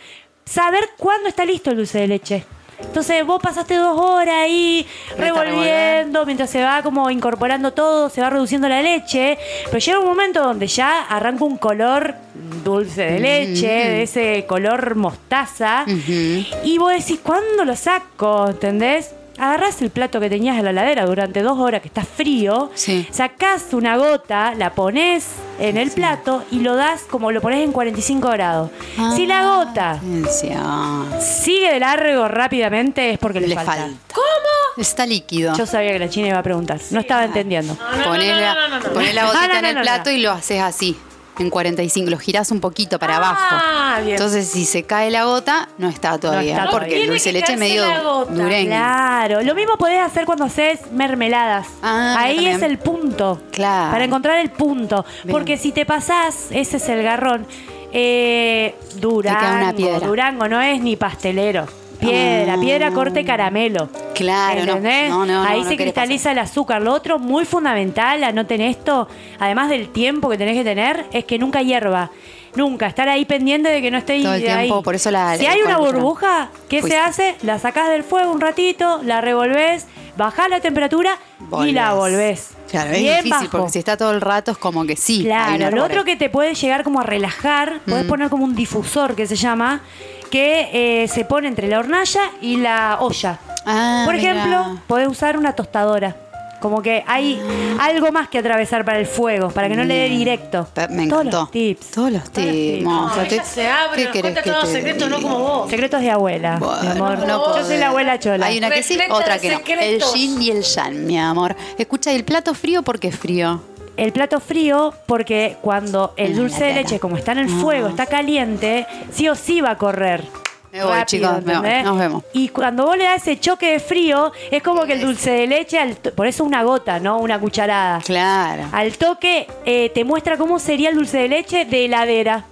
[SPEAKER 1] saber cuándo está listo el dulce de leche. Entonces vos pasaste dos horas ahí
[SPEAKER 4] Vete a revolver.
[SPEAKER 1] revolviendo mientras se va como incorporando todo, se va reduciendo la leche, pero llega un momento donde ya arranca un color dulce de leche, de ese color mostaza,
[SPEAKER 4] Ujú.
[SPEAKER 1] y vos decís, ¿cuándo lo saco? ¿Entendés? Agarrás el plato que tenías en la heladera durante dos horas que está frío,
[SPEAKER 4] Sí.
[SPEAKER 1] sacás una gota, la pones en el plato y lo das como lo pones en 45 grados. si Ah. la
[SPEAKER 4] Ah,
[SPEAKER 1] gota Ah.
[SPEAKER 4] Atención.
[SPEAKER 1] sigue de largo rápidamente es porque le,
[SPEAKER 4] Le
[SPEAKER 1] falta.
[SPEAKER 4] falta. ¿Cómo? Está líquido.
[SPEAKER 1] Yo sabía que la china iba a preguntar, no estaba entendiendo.
[SPEAKER 2] No, no,
[SPEAKER 4] Poné
[SPEAKER 2] no,
[SPEAKER 4] la,
[SPEAKER 2] no, [laughs] no, no, no.
[SPEAKER 4] poné la
[SPEAKER 1] Ah,
[SPEAKER 4] gotita
[SPEAKER 1] no, no,
[SPEAKER 4] en el
[SPEAKER 1] no,
[SPEAKER 4] plato
[SPEAKER 1] no.
[SPEAKER 4] y lo haces así, en 45. Lo girás un poquito para
[SPEAKER 2] Ah,
[SPEAKER 4] abajo.
[SPEAKER 2] bien.
[SPEAKER 4] Entonces, si se cae la gota, no está todavía.
[SPEAKER 1] está
[SPEAKER 4] porque
[SPEAKER 1] todavía.
[SPEAKER 4] el dulce de
[SPEAKER 2] Tiene
[SPEAKER 4] leche
[SPEAKER 2] que
[SPEAKER 4] es medio
[SPEAKER 2] caerse la gota,
[SPEAKER 4] dureño.
[SPEAKER 1] Claro, lo mismo podés hacer cuando haces mermeladas.
[SPEAKER 4] Ah,
[SPEAKER 1] Ahí
[SPEAKER 4] también.
[SPEAKER 1] es el punto.
[SPEAKER 4] Claro.
[SPEAKER 1] Para encontrar el punto.
[SPEAKER 4] Bien.
[SPEAKER 1] Porque si te pasás, ese es el garrón. Eh, Durango.
[SPEAKER 4] una piedra.
[SPEAKER 1] Durango no es ni pastelero. Piedra,
[SPEAKER 4] Ah.
[SPEAKER 1] piedra corte caramelo.
[SPEAKER 4] Claro, no.
[SPEAKER 1] ¿Entendés?
[SPEAKER 4] No, no, no,
[SPEAKER 1] Ahí
[SPEAKER 4] no
[SPEAKER 1] se
[SPEAKER 4] quiere pasar.
[SPEAKER 1] cristaliza el azúcar. Lo otro, muy fundamental, anoten esto, además del tiempo que tenés que tener, es que nunca hierva. Nunca, estar ahí pendiente de que no esté
[SPEAKER 4] Todo el
[SPEAKER 1] de ahí.
[SPEAKER 4] tiempo, por eso la-
[SPEAKER 1] Si hay una
[SPEAKER 4] cuando-
[SPEAKER 1] burbuja, ¿qué
[SPEAKER 4] Fuiste.
[SPEAKER 1] se hace? La sacás del fuego un ratito, la revolvés, bajás la temperatura y la volvés.
[SPEAKER 4] Claro, es
[SPEAKER 1] Bien
[SPEAKER 4] difícil
[SPEAKER 1] bajo.
[SPEAKER 4] porque si está todo el rato es como que sí. hay una
[SPEAKER 1] Claro, lo
[SPEAKER 4] por ahí.
[SPEAKER 1] otro que te puede llegar como a relajar, podés
[SPEAKER 4] Mm.
[SPEAKER 1] poner como un difusor que se llama, que eh, se pone entre la hornalla y la olla.
[SPEAKER 4] Ah,
[SPEAKER 1] Por
[SPEAKER 4] mira.
[SPEAKER 1] ejemplo, podés usar una tostadora. Como que hay algo más que atravesar para el fuego, para que no le dé
[SPEAKER 4] Ah. Bien.
[SPEAKER 1] directo.
[SPEAKER 4] Pe- Me
[SPEAKER 1] Todos
[SPEAKER 4] encantó.
[SPEAKER 1] los tips.
[SPEAKER 4] Todos los
[SPEAKER 1] Todos los tips.
[SPEAKER 4] tips.
[SPEAKER 2] No,
[SPEAKER 4] monja,
[SPEAKER 2] ella
[SPEAKER 4] te-
[SPEAKER 2] se abre, nos cuenta
[SPEAKER 4] que
[SPEAKER 2] todos los
[SPEAKER 4] te
[SPEAKER 2] secretos, no
[SPEAKER 4] diga?
[SPEAKER 2] como vos.
[SPEAKER 1] Secretos de abuela, mi
[SPEAKER 4] Bueno,
[SPEAKER 1] amor.
[SPEAKER 4] no
[SPEAKER 1] Yo soy
[SPEAKER 4] podés.
[SPEAKER 1] la abuela chola.
[SPEAKER 4] Hay una que sí,
[SPEAKER 2] Repleta de
[SPEAKER 4] otra que no. El
[SPEAKER 2] secretos.
[SPEAKER 4] yin y el yang, mi amor. Escucha, ¿y el plato frío porque es frío?
[SPEAKER 1] El plato frío, porque cuando el
[SPEAKER 4] En Ah, la
[SPEAKER 1] dulce de
[SPEAKER 4] heladera.
[SPEAKER 1] leche, como está en el
[SPEAKER 4] Ah.
[SPEAKER 1] fuego, está caliente, sí o sí va a correr.
[SPEAKER 4] Me voy, chicos, me voy.
[SPEAKER 1] ¿entendés?
[SPEAKER 4] Nos vemos.
[SPEAKER 1] Y cuando vos le das ese choque de frío, es como que el dulce de leche, al to- por eso una gota, ¿no? Una cucharada.
[SPEAKER 4] Claro.
[SPEAKER 1] Al toque eh, te muestra cómo sería el dulce de leche de heladera.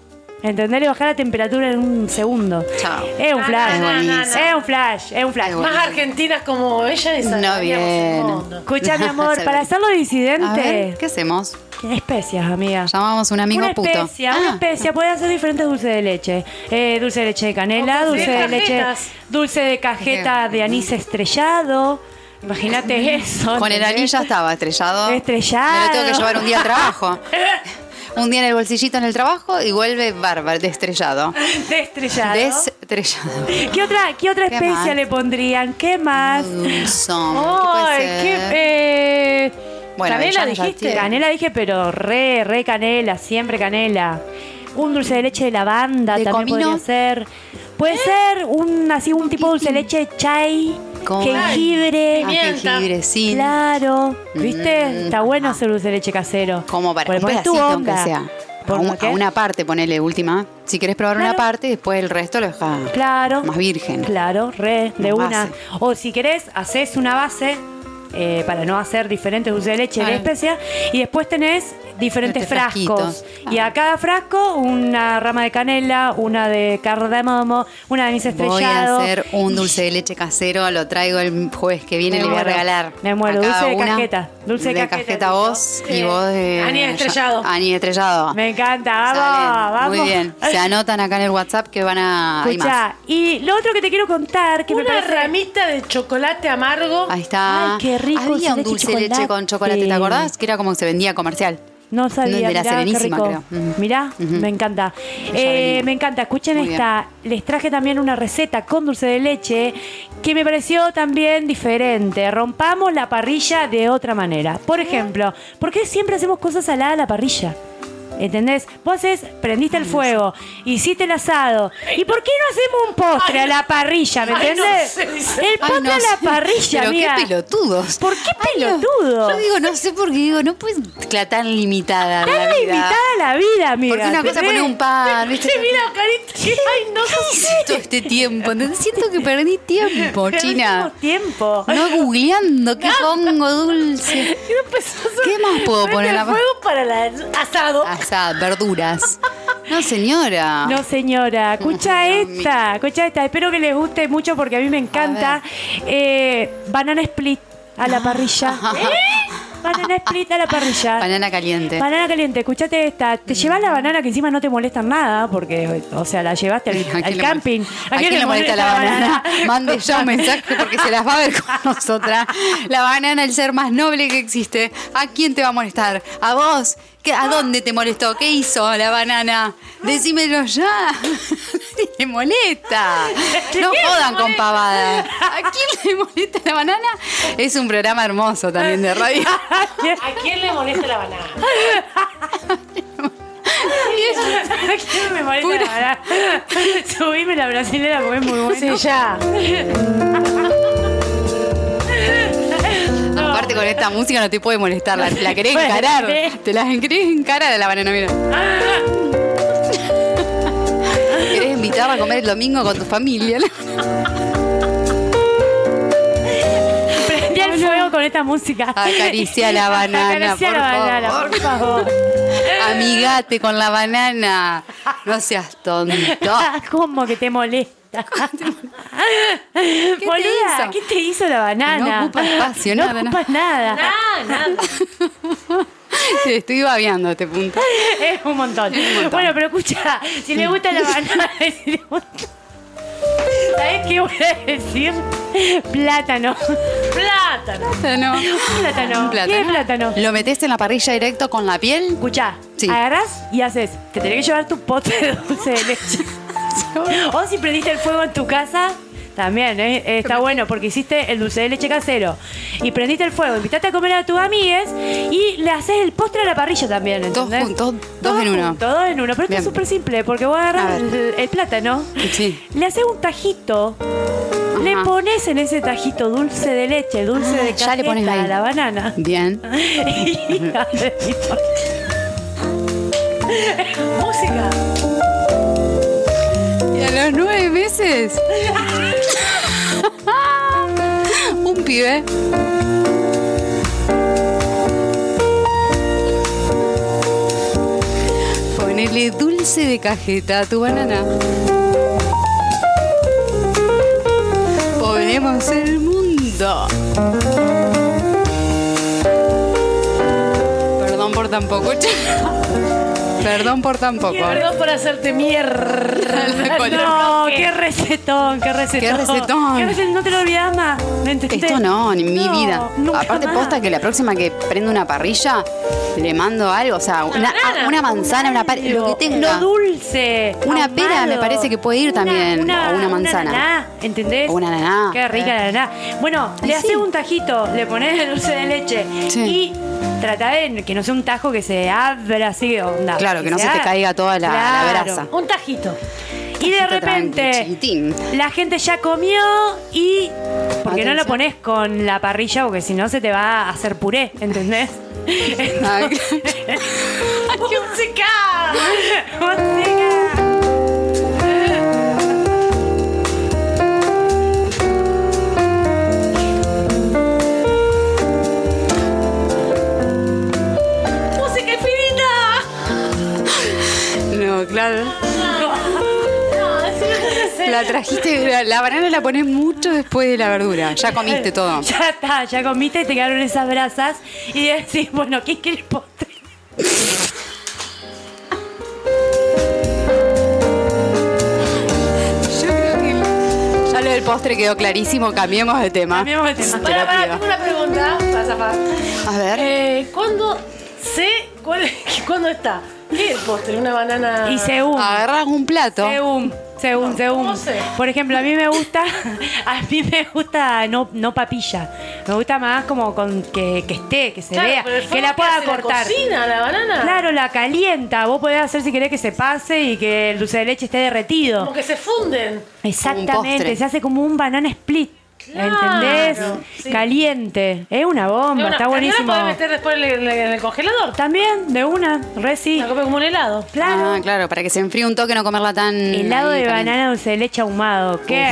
[SPEAKER 1] ¿Entendés? Le bajar la temperatura en un segundo.
[SPEAKER 4] Chao.
[SPEAKER 1] Es un
[SPEAKER 2] No,
[SPEAKER 1] flash.
[SPEAKER 4] Ah, no, no, no,
[SPEAKER 2] no.
[SPEAKER 1] Es un flash. Es un flash.
[SPEAKER 4] Es
[SPEAKER 2] Más
[SPEAKER 4] Bueno.
[SPEAKER 2] argentinas como ella, esa.
[SPEAKER 4] No, bien.
[SPEAKER 1] Escucha,
[SPEAKER 4] [laughs]
[SPEAKER 1] mi amor, para hacerlo
[SPEAKER 4] A ver,
[SPEAKER 1] disidente.
[SPEAKER 4] ¿qué hacemos?
[SPEAKER 1] Especias, amiga.
[SPEAKER 4] Llamamos a un amigo
[SPEAKER 1] Una
[SPEAKER 4] puto.
[SPEAKER 1] especia,
[SPEAKER 4] Ah,
[SPEAKER 1] una especia. Puede hacer diferentes dulces de leche. Eh, dulce de leche de canela,
[SPEAKER 2] O
[SPEAKER 1] dulce de
[SPEAKER 2] conseguir
[SPEAKER 1] leche,
[SPEAKER 2] cajetas.
[SPEAKER 1] dulce de cajeta de anís estrellado. Imagínate eso.
[SPEAKER 4] Mm. Con el
[SPEAKER 1] ¿entendés? [laughs]
[SPEAKER 4] anillo estaba estrellado.
[SPEAKER 1] Estrellado. [laughs]
[SPEAKER 4] Me lo tengo que llevar un día a trabajo. un día en el bolsillito en el trabajo y vuelve bárbaro, destrellado.
[SPEAKER 1] Destrellado.
[SPEAKER 4] Destrellado.
[SPEAKER 1] ¿Qué otra, qué otra
[SPEAKER 4] ¿Qué
[SPEAKER 1] especia
[SPEAKER 4] más?
[SPEAKER 1] le pondrían? ¿Qué más?
[SPEAKER 4] Dulzón.
[SPEAKER 1] Ay,
[SPEAKER 4] ¿Qué puede ser?
[SPEAKER 1] qué, eh,
[SPEAKER 4] Bueno,
[SPEAKER 2] canela
[SPEAKER 4] ya- ya
[SPEAKER 2] dijiste.
[SPEAKER 4] tiene.
[SPEAKER 1] Canela dije, pero re, re canela, siempre canela. Un dulce de leche de lavanda
[SPEAKER 4] ¿De
[SPEAKER 1] también
[SPEAKER 4] comino? ¿Eh?
[SPEAKER 1] podría ser. Puede ser un así un tipo de dulce de leche chai,
[SPEAKER 4] Con-
[SPEAKER 1] jengibre.
[SPEAKER 4] Ah,
[SPEAKER 2] Pimienta.
[SPEAKER 4] jengibre, sí.
[SPEAKER 1] Claro, ¿viste?
[SPEAKER 4] Mm,
[SPEAKER 1] Está bueno
[SPEAKER 4] ah.
[SPEAKER 1] hacer dulce de leche casero.
[SPEAKER 4] Como para
[SPEAKER 1] Porque
[SPEAKER 4] un
[SPEAKER 1] ponés tu
[SPEAKER 4] pedacito, aunque
[SPEAKER 1] onda.
[SPEAKER 4] sea. A,
[SPEAKER 1] ¿Por
[SPEAKER 4] un-
[SPEAKER 1] lo que?
[SPEAKER 4] a una parte, ponele última. Si querés probar una
[SPEAKER 1] Claro.
[SPEAKER 4] parte, después el resto lo dejas
[SPEAKER 1] Claro.
[SPEAKER 4] más virgen.
[SPEAKER 1] Claro, re, de
[SPEAKER 4] Con
[SPEAKER 1] una.
[SPEAKER 4] base.
[SPEAKER 1] O si querés, haces una base eh, para no hacer diferentes dulces de leche de
[SPEAKER 4] Claro.
[SPEAKER 1] especia y después tenés diferentes
[SPEAKER 4] Este frasquito.
[SPEAKER 1] frascos. Y
[SPEAKER 4] Ah.
[SPEAKER 1] a cada frasco una rama de canela, una de cardamomo, una de mis estrellados.
[SPEAKER 4] Voy a hacer un dulce de leche casero, lo traigo el jueves que viene,
[SPEAKER 1] Me
[SPEAKER 4] le voy a
[SPEAKER 1] muero,
[SPEAKER 4] regalar.
[SPEAKER 1] me muero.
[SPEAKER 4] a cada
[SPEAKER 1] Dulce de
[SPEAKER 4] una.
[SPEAKER 1] cajeta, dulce de
[SPEAKER 4] de
[SPEAKER 1] cajeta,
[SPEAKER 4] cajeta
[SPEAKER 1] digo.
[SPEAKER 4] vos y
[SPEAKER 2] Sí.
[SPEAKER 4] vos de.
[SPEAKER 2] Ani de Estrellado.
[SPEAKER 4] Ani de estrellado.
[SPEAKER 1] Me encanta, vamos,
[SPEAKER 4] Sale.
[SPEAKER 1] vamos.
[SPEAKER 4] Muy bien. Se anotan acá en el WhatsApp que van a. hay más.
[SPEAKER 1] Escuchá, y lo otro que te quiero contar, que me
[SPEAKER 2] Una
[SPEAKER 1] parece...
[SPEAKER 2] ramita de chocolate amargo.
[SPEAKER 4] Ahí está.
[SPEAKER 1] Ay, qué rico, dulce
[SPEAKER 4] Había
[SPEAKER 1] de
[SPEAKER 4] un dulce de leche
[SPEAKER 1] chocolate.
[SPEAKER 4] con chocolate, ¿te acordás? Que era como que se vendía comercial.
[SPEAKER 1] No sabía.
[SPEAKER 4] De la
[SPEAKER 1] mirá, qué
[SPEAKER 4] Serenísima,
[SPEAKER 1] rico.
[SPEAKER 4] creo. Mm.
[SPEAKER 1] Mirá,
[SPEAKER 4] Ujú.
[SPEAKER 1] me encanta.
[SPEAKER 4] Ya
[SPEAKER 1] Eh,
[SPEAKER 4] venimos.
[SPEAKER 1] me encanta. Escuchen
[SPEAKER 4] Muy
[SPEAKER 1] esta. Les traje también una receta con dulce de leche que me pareció también diferente. Rompamos la parrilla de otra manera. Por ejemplo, ¿por qué siempre hacemos cosas saladas a la parrilla? ¿Entendés? Vos haces, prendiste el fuego, hiciste el asado. ¿Y por qué no hacemos un postre a la parrilla? ¿Me
[SPEAKER 2] Ay, no
[SPEAKER 1] entendés?
[SPEAKER 2] sé, dice.
[SPEAKER 1] El
[SPEAKER 4] Ay,
[SPEAKER 1] postre
[SPEAKER 4] no
[SPEAKER 1] a la
[SPEAKER 4] sé.
[SPEAKER 1] parrilla,
[SPEAKER 4] Pero
[SPEAKER 1] amiga.
[SPEAKER 4] qué pelotudos.
[SPEAKER 1] ¿Por qué
[SPEAKER 4] Ay, no.
[SPEAKER 1] pelotudo?
[SPEAKER 4] Yo digo, no sé por qué digo, no puedes clatar tan limitada la
[SPEAKER 1] Está
[SPEAKER 4] vida.
[SPEAKER 1] invitada a la vida, amiga.
[SPEAKER 4] Porque una cosa es
[SPEAKER 1] ¿entendés?
[SPEAKER 4] poner un pan, Ah, ¿viste?
[SPEAKER 2] Sí, mira, carita. Ay, no
[SPEAKER 4] Todo este tiempo. Entonces siento que perdí tiempo,
[SPEAKER 1] Pero
[SPEAKER 4] China.
[SPEAKER 1] no tenemos tiempo.
[SPEAKER 4] No googleando, qué hongo dulce.
[SPEAKER 2] Quiero
[SPEAKER 1] pues,
[SPEAKER 2] empezar a
[SPEAKER 4] ¿Qué más puedo
[SPEAKER 2] prender
[SPEAKER 4] poner en la-
[SPEAKER 2] fuego para la- el asado.
[SPEAKER 4] Asado, Ah, verduras. No, señora.
[SPEAKER 1] No,
[SPEAKER 4] [laughs]
[SPEAKER 1] señora, escucha
[SPEAKER 4] Dios mío.
[SPEAKER 1] esta, escucha esta. Espero que les guste mucho porque a mí me encanta. Eh, banana split a
[SPEAKER 4] Ah.
[SPEAKER 1] la
[SPEAKER 4] [laughs]
[SPEAKER 1] parrilla. ¿Eh? Banana split a la parrilla.
[SPEAKER 4] Banana Mm. caliente.
[SPEAKER 1] Banana caliente, escuchate esta. Te llevas la banana que encima no te molesta en nada, porque, o sea, la llevaste
[SPEAKER 4] [laughs] ¿A
[SPEAKER 1] al,
[SPEAKER 4] quién
[SPEAKER 1] al
[SPEAKER 4] le
[SPEAKER 1] camping.
[SPEAKER 4] molesta- ¿A quién le molesta la banana? [laughs] Mande ya
[SPEAKER 1] [laughs]
[SPEAKER 4] un mensaje porque se las va a ver con nosotras. La banana, el ser más noble que existe. ¿A quién te va a molestar? ¿A vos? ¿Qué- ¿A dónde te molestó? ¿Qué hizo la banana? Decímelo ya. [laughs] ¿Te molesta? No jodan con pavadas. ¿A quién le molesta la banana? Es un programa hermoso también de radio.
[SPEAKER 2] ¿A quién le molesta la banana?
[SPEAKER 1] ¿A quién me molesta la banana? Subime la brasilera porque es muy buena.
[SPEAKER 2] Sí, ya.
[SPEAKER 4] Aparte con esta música no te puede molestar. La, la querés
[SPEAKER 1] Bueno,
[SPEAKER 4] encarar.
[SPEAKER 1] sí.
[SPEAKER 4] Te la querés encarar a la
[SPEAKER 1] [laughs]
[SPEAKER 4] banana, mira. ¿Querés invitarla a comer el domingo con tu familia?
[SPEAKER 1] [laughs] Prendí el fuego con esta música.
[SPEAKER 4] Acaricia la banana,
[SPEAKER 1] Acaricia
[SPEAKER 4] por
[SPEAKER 1] la banana,
[SPEAKER 4] favor.
[SPEAKER 1] por favor.
[SPEAKER 4] Amigate con la banana. No seas
[SPEAKER 1] [laughs]
[SPEAKER 4] tonto.
[SPEAKER 1] ¿Cómo que te molesta?
[SPEAKER 4] te
[SPEAKER 1] Boluda,
[SPEAKER 4] hizo?
[SPEAKER 1] ¿qué te hizo la banana?
[SPEAKER 4] No ocupa espacio,
[SPEAKER 1] No
[SPEAKER 4] nada,
[SPEAKER 1] ocupa nada.
[SPEAKER 2] Ah, nada.
[SPEAKER 4] Te estoy babeando a este punto.
[SPEAKER 1] Es un montón. Bueno, pero escucha, si le gusta la banana, [laughs] si le gusta... ¿Sabes qué voy a decir? Plátano.
[SPEAKER 2] Plátano.
[SPEAKER 4] Plátano.
[SPEAKER 1] Plátano.
[SPEAKER 4] Un
[SPEAKER 1] ¿Qué es plátano?
[SPEAKER 4] ¿Lo metes en la parrilla directo con la piel?
[SPEAKER 1] Escuchá,
[SPEAKER 4] Sí.
[SPEAKER 1] agarrás y haces. Te tenés que llevar tu pote de dulce de
[SPEAKER 4] [laughs]
[SPEAKER 1] leche. o si prendiste el fuego en tu casa, también, ¿eh? Eh, está bueno porque hiciste el dulce de leche casero. Y prendiste el fuego, invitaste a comer a tus amigues y le haces el postre a la parrilla también,
[SPEAKER 4] Dos
[SPEAKER 1] ¿entendés?
[SPEAKER 4] juntos, dos en uno.
[SPEAKER 1] juntos, dos en uno. Pero esto
[SPEAKER 4] Bien.
[SPEAKER 1] es súper simple porque vos agarrás
[SPEAKER 4] A ver.
[SPEAKER 1] el, el plátano,
[SPEAKER 4] Sí.
[SPEAKER 1] le haces un tajito. Le
[SPEAKER 4] Ajá.
[SPEAKER 1] pones en ese tajito dulce de leche, dulce
[SPEAKER 4] Ah,
[SPEAKER 1] de cajeta
[SPEAKER 4] ya le pones ahí.
[SPEAKER 1] a la banana.
[SPEAKER 4] Bien.
[SPEAKER 1] [laughs]
[SPEAKER 2] Música.
[SPEAKER 4] Y a los nueve meses. Un pibe. Ponele dulce de cajeta a tu banana. Ponemos el mundo. Perdón por tampoco, [laughs] Perdón por tampoco.
[SPEAKER 2] Perdón por hacerte mierda.
[SPEAKER 4] [laughs] La cola.
[SPEAKER 1] No, qué recetón, qué recetón.
[SPEAKER 4] Qué recetón.
[SPEAKER 1] Qué recetón, No te lo olvidas más. ¿Me entendés?
[SPEAKER 4] Esto no, en mi
[SPEAKER 1] No,
[SPEAKER 4] vida.
[SPEAKER 1] nunca
[SPEAKER 4] Aparte,
[SPEAKER 1] más.
[SPEAKER 4] posta que la próxima que prendo una parrilla, le mando algo, o sea, una,
[SPEAKER 2] banana,
[SPEAKER 4] a- una manzana, una pera, lo que tenga.
[SPEAKER 1] Lo dulce.
[SPEAKER 4] Una pera me parece que puede ir también, o una manzana.
[SPEAKER 1] naná, ¿entendés?
[SPEAKER 4] O una naná. Eh.
[SPEAKER 1] Qué rica la naná. Bueno,
[SPEAKER 4] Ay,
[SPEAKER 1] le
[SPEAKER 4] sí.
[SPEAKER 1] haces un tajito, le pones el dulce de leche
[SPEAKER 4] Sí.
[SPEAKER 1] y trata de que no sea un tajo que se abra así de onda.
[SPEAKER 4] Claro, que no se te
[SPEAKER 1] abra.
[SPEAKER 4] caiga toda la- la grasa.
[SPEAKER 2] Un tajito.
[SPEAKER 1] Y de
[SPEAKER 4] Tajito tranqui,
[SPEAKER 1] repente
[SPEAKER 4] chiquitín.
[SPEAKER 1] la gente ya comió y porque no lo
[SPEAKER 4] Atención.
[SPEAKER 1] pones con la parrilla porque si no se te va a hacer puré, ¿entendés? Ah,
[SPEAKER 4] [laughs] Ay,
[SPEAKER 1] ¡Música! ¡Música!
[SPEAKER 2] ¡Música infinita!
[SPEAKER 4] no, claro.
[SPEAKER 2] Así no puede ser.
[SPEAKER 4] La trajiste, la, la banana la pones mucho después de la verdura. Ya
[SPEAKER 1] [laughs]
[SPEAKER 4] comiste todo.
[SPEAKER 1] Ya está, ya comiste y te quedaron esas brasas y decís, bueno, ¿quién quiere el postre?
[SPEAKER 4] Yo creo que ya lo del postre quedó clarísimo. Cambiemos de tema.
[SPEAKER 1] Cambiemos de tema.
[SPEAKER 4] Te
[SPEAKER 2] Para,
[SPEAKER 4] lo
[SPEAKER 2] para,
[SPEAKER 4] pido.
[SPEAKER 2] tengo una pregunta. Pasa, pasa.
[SPEAKER 4] A ver.
[SPEAKER 2] Eh, ¿Cuándo sé cuál, [laughs] cuándo está? ¿Qué es el postre? ¿Una
[SPEAKER 4] Ah.
[SPEAKER 2] banana?
[SPEAKER 1] Y según,
[SPEAKER 4] Agarras un plato.
[SPEAKER 1] según, según, según.
[SPEAKER 2] ¿Cómo sé?
[SPEAKER 1] Por ejemplo, a mí me gusta, [laughs] a mí me gusta no, no papilla. Me gusta más como con que, que esté, que se
[SPEAKER 2] Claro, pero
[SPEAKER 1] vea,
[SPEAKER 2] el
[SPEAKER 1] que
[SPEAKER 2] fuego
[SPEAKER 1] la pueda
[SPEAKER 2] hace
[SPEAKER 1] cortar.
[SPEAKER 2] La cocina, la banana.
[SPEAKER 1] Claro, la calienta. Vos podés hacer si querés que se pase y que el dulce de leche esté derretido.
[SPEAKER 2] Como que se funden.
[SPEAKER 1] Exactamente,
[SPEAKER 4] postre.
[SPEAKER 1] se hace como un banana split.
[SPEAKER 2] Claro,
[SPEAKER 1] ¿Entendés?
[SPEAKER 2] sí.
[SPEAKER 1] Caliente. Es una bomba,
[SPEAKER 2] Bueno,
[SPEAKER 1] está
[SPEAKER 2] también
[SPEAKER 1] buenísimo.
[SPEAKER 2] La podés meter después en el, en el- en el congelador.
[SPEAKER 1] También, de una, re sí.
[SPEAKER 2] La come como un helado.
[SPEAKER 1] Claro.
[SPEAKER 4] Ah, claro, para que se enfríe un toque, no comerla tan.
[SPEAKER 1] Helado
[SPEAKER 4] ahí
[SPEAKER 1] de
[SPEAKER 4] caliente.
[SPEAKER 1] banana dulce de leche ahumado. ¡Qué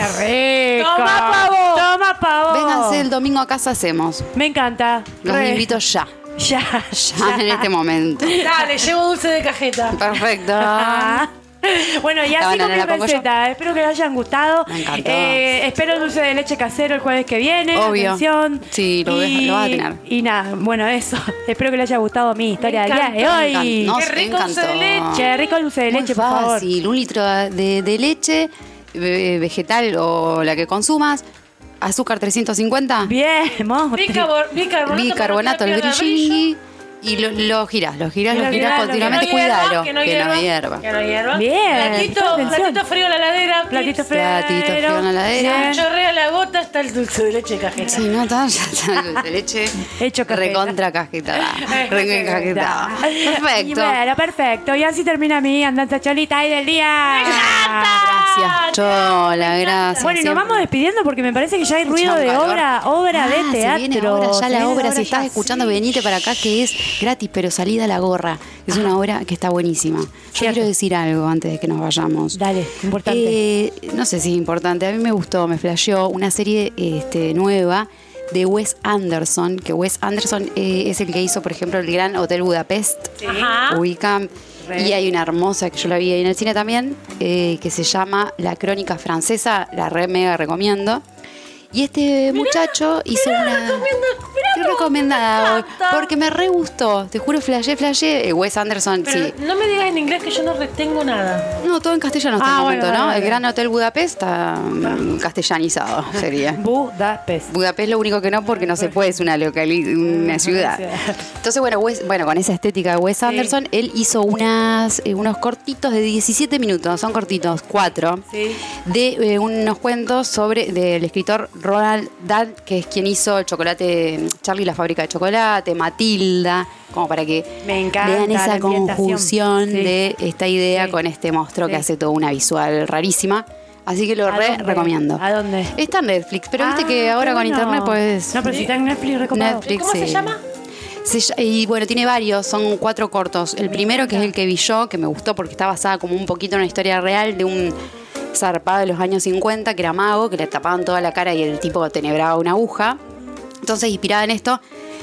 [SPEAKER 1] rico!
[SPEAKER 2] Tomá, pavo.
[SPEAKER 1] ¡Toma pavo!
[SPEAKER 4] Vénganse el domingo a casa, hacemos.
[SPEAKER 1] Me encanta.
[SPEAKER 4] Los
[SPEAKER 1] Re.
[SPEAKER 4] invito ya.
[SPEAKER 1] [laughs] Ya,
[SPEAKER 4] Ya en este momento.
[SPEAKER 2] Dale, llevo dulce de cajeta.
[SPEAKER 4] Perfecto.
[SPEAKER 1] Ah. [laughs] Bueno, y
[SPEAKER 4] La
[SPEAKER 1] así
[SPEAKER 4] banana
[SPEAKER 1] con mi
[SPEAKER 4] la pongo yo.
[SPEAKER 1] receta. Espero que les hayan gustado.
[SPEAKER 4] Me encantó.
[SPEAKER 1] Eh, espero el dulce de leche casero el jueves que viene.
[SPEAKER 4] Obvio.
[SPEAKER 1] Atención.
[SPEAKER 4] Sí, lo ves-
[SPEAKER 1] Y-
[SPEAKER 4] lo vas a tener.
[SPEAKER 1] Y nada, bueno, eso. [laughs] espero que les haya gustado mi historia del día de
[SPEAKER 2] encanta,
[SPEAKER 4] me
[SPEAKER 1] hoy.
[SPEAKER 4] encanta.
[SPEAKER 2] Qué
[SPEAKER 4] Nos
[SPEAKER 2] rico dulce de
[SPEAKER 4] encantó.
[SPEAKER 2] leche.
[SPEAKER 1] Che, rico el dulce de
[SPEAKER 4] Muy
[SPEAKER 1] leche, por favor.
[SPEAKER 4] fácil. Un litro de, de leche, ve- vegetal o la que consumas. Azúcar 350.
[SPEAKER 1] Bien, [laughs] mozo.
[SPEAKER 2] Bicarbor- bicarbonato.
[SPEAKER 4] bicarbonato, el
[SPEAKER 2] para que no pierda brillo.
[SPEAKER 4] grillini. Y lo, lo girás, lo girás,
[SPEAKER 1] Que
[SPEAKER 4] lo
[SPEAKER 1] no
[SPEAKER 4] girás
[SPEAKER 1] hierva,
[SPEAKER 4] continuamente.
[SPEAKER 1] que no
[SPEAKER 4] Cuidado,
[SPEAKER 2] Que no hierva.
[SPEAKER 4] hierva.
[SPEAKER 2] Que no hierva.
[SPEAKER 1] Bien,
[SPEAKER 2] Platito,
[SPEAKER 1] atención.
[SPEAKER 2] platito frío a la ladera.
[SPEAKER 1] Platito frío.
[SPEAKER 4] Platito frío en la heladera.
[SPEAKER 1] Bien.
[SPEAKER 2] Chorrea la gota hasta el dulce de leche de cajeta.
[SPEAKER 4] Si no, está, ya está el dulce de leche.
[SPEAKER 1] Hecho cajeta.
[SPEAKER 4] Recontra casquetada. Recontra
[SPEAKER 1] [laughs]
[SPEAKER 4] casquetada.
[SPEAKER 1] Y
[SPEAKER 4] Perfecto.
[SPEAKER 1] bueno, perfecto. Y así termina mi andanza cholita y del día.
[SPEAKER 4] Gracias, Chola, gracias.
[SPEAKER 1] Bueno, y nos
[SPEAKER 4] siempre.
[SPEAKER 1] vamos despidiendo porque me parece que ya hay ruido
[SPEAKER 4] Escuchá un
[SPEAKER 1] de
[SPEAKER 4] calor.
[SPEAKER 1] obra, obra
[SPEAKER 4] Ah,
[SPEAKER 1] de
[SPEAKER 4] Se
[SPEAKER 1] teatro.
[SPEAKER 4] viene ahora ya
[SPEAKER 1] Se
[SPEAKER 4] la
[SPEAKER 1] viene
[SPEAKER 4] obra.
[SPEAKER 1] ahora
[SPEAKER 4] Si estás
[SPEAKER 1] ya,
[SPEAKER 4] escuchando,
[SPEAKER 1] sí.
[SPEAKER 4] venite para acá que es gratis, pero salida la gorra. Es una obra que está buenísima. Yo
[SPEAKER 1] Cierto.
[SPEAKER 4] quiero decir algo antes de que nos vayamos.
[SPEAKER 1] Dale, importante.
[SPEAKER 4] Eh, no sé si es importante, a mí me gustó, me flasheó una serie este, nueva de Wes Anderson, que Wes Anderson eh, es el que hizo, por ejemplo, el Gran Hotel Budapest
[SPEAKER 2] Ajá.
[SPEAKER 4] ubican.
[SPEAKER 1] Re.
[SPEAKER 4] Y hay una hermosa que yo la vi ahí en el cine también, eh, que se llama La Crónica Francesa, la re mega recomiendo. Y este muchacho hizo
[SPEAKER 2] mirá,
[SPEAKER 4] una.
[SPEAKER 2] recomienda- mirá
[SPEAKER 4] Qué
[SPEAKER 2] vos,
[SPEAKER 4] recomendada,
[SPEAKER 2] me encanta.
[SPEAKER 4] porque me re gustó. Te juro, flashé, flashé. Eh, Wes Anderson,
[SPEAKER 2] Pero
[SPEAKER 4] sí.
[SPEAKER 2] no me digas en inglés que yo no retengo nada.
[SPEAKER 4] No, todo en castellano hasta
[SPEAKER 1] Ah,
[SPEAKER 4] el
[SPEAKER 1] bueno,
[SPEAKER 4] momento, ¿no?
[SPEAKER 1] vale,
[SPEAKER 4] El
[SPEAKER 1] vale.
[SPEAKER 4] Gran Hotel Budapest está mm, castellanizado,
[SPEAKER 1] [laughs]
[SPEAKER 4] sería.
[SPEAKER 1] Budapest.
[SPEAKER 4] Budapest lo único que no porque no se puede, es
[SPEAKER 1] [laughs]
[SPEAKER 4] una locali- una ciudad. Entonces, bueno, Wes- bueno, con esa estética de Wes Anderson, él hizo unas, eh, unos cortitos de 17 minutos, son cortitos, cuatro,
[SPEAKER 1] Sí.
[SPEAKER 4] de eh, unos cuentos sobre del escritor Ronald Dahl, que es quien hizo el chocolate, Charlie y la fábrica de chocolate, Matilda, como para que
[SPEAKER 1] Me encanta
[SPEAKER 4] vean
[SPEAKER 1] la
[SPEAKER 4] esa
[SPEAKER 1] ambientación.
[SPEAKER 4] conjunción
[SPEAKER 1] Sí.
[SPEAKER 4] de esta idea
[SPEAKER 1] Sí.
[SPEAKER 4] con este monstruo que
[SPEAKER 1] Sí.
[SPEAKER 4] hace toda una visual rarísima. Así que lo
[SPEAKER 1] ¿A
[SPEAKER 4] re
[SPEAKER 1] dónde?
[SPEAKER 4] recomiendo.
[SPEAKER 1] ¿A dónde?
[SPEAKER 4] Está en Netflix, pero viste
[SPEAKER 1] Ah,
[SPEAKER 4] que
[SPEAKER 1] qué
[SPEAKER 4] ahora con
[SPEAKER 1] bueno.
[SPEAKER 4] internet pues...
[SPEAKER 1] No, pero si está en Netflix, recomendado.
[SPEAKER 4] Netflix.
[SPEAKER 2] ¿Cómo se
[SPEAKER 4] sí.
[SPEAKER 2] llama?
[SPEAKER 4] Se ll- y bueno, tiene varios, son cuatro cortos. El primero, que es el que vi yo, que me gustó porque está basada como un poquito en una historia real de un zarpado de los años 50, que era mago, que le tapaban toda la cara y el tipo tenebraba una aguja. Entonces, inspirada en esto,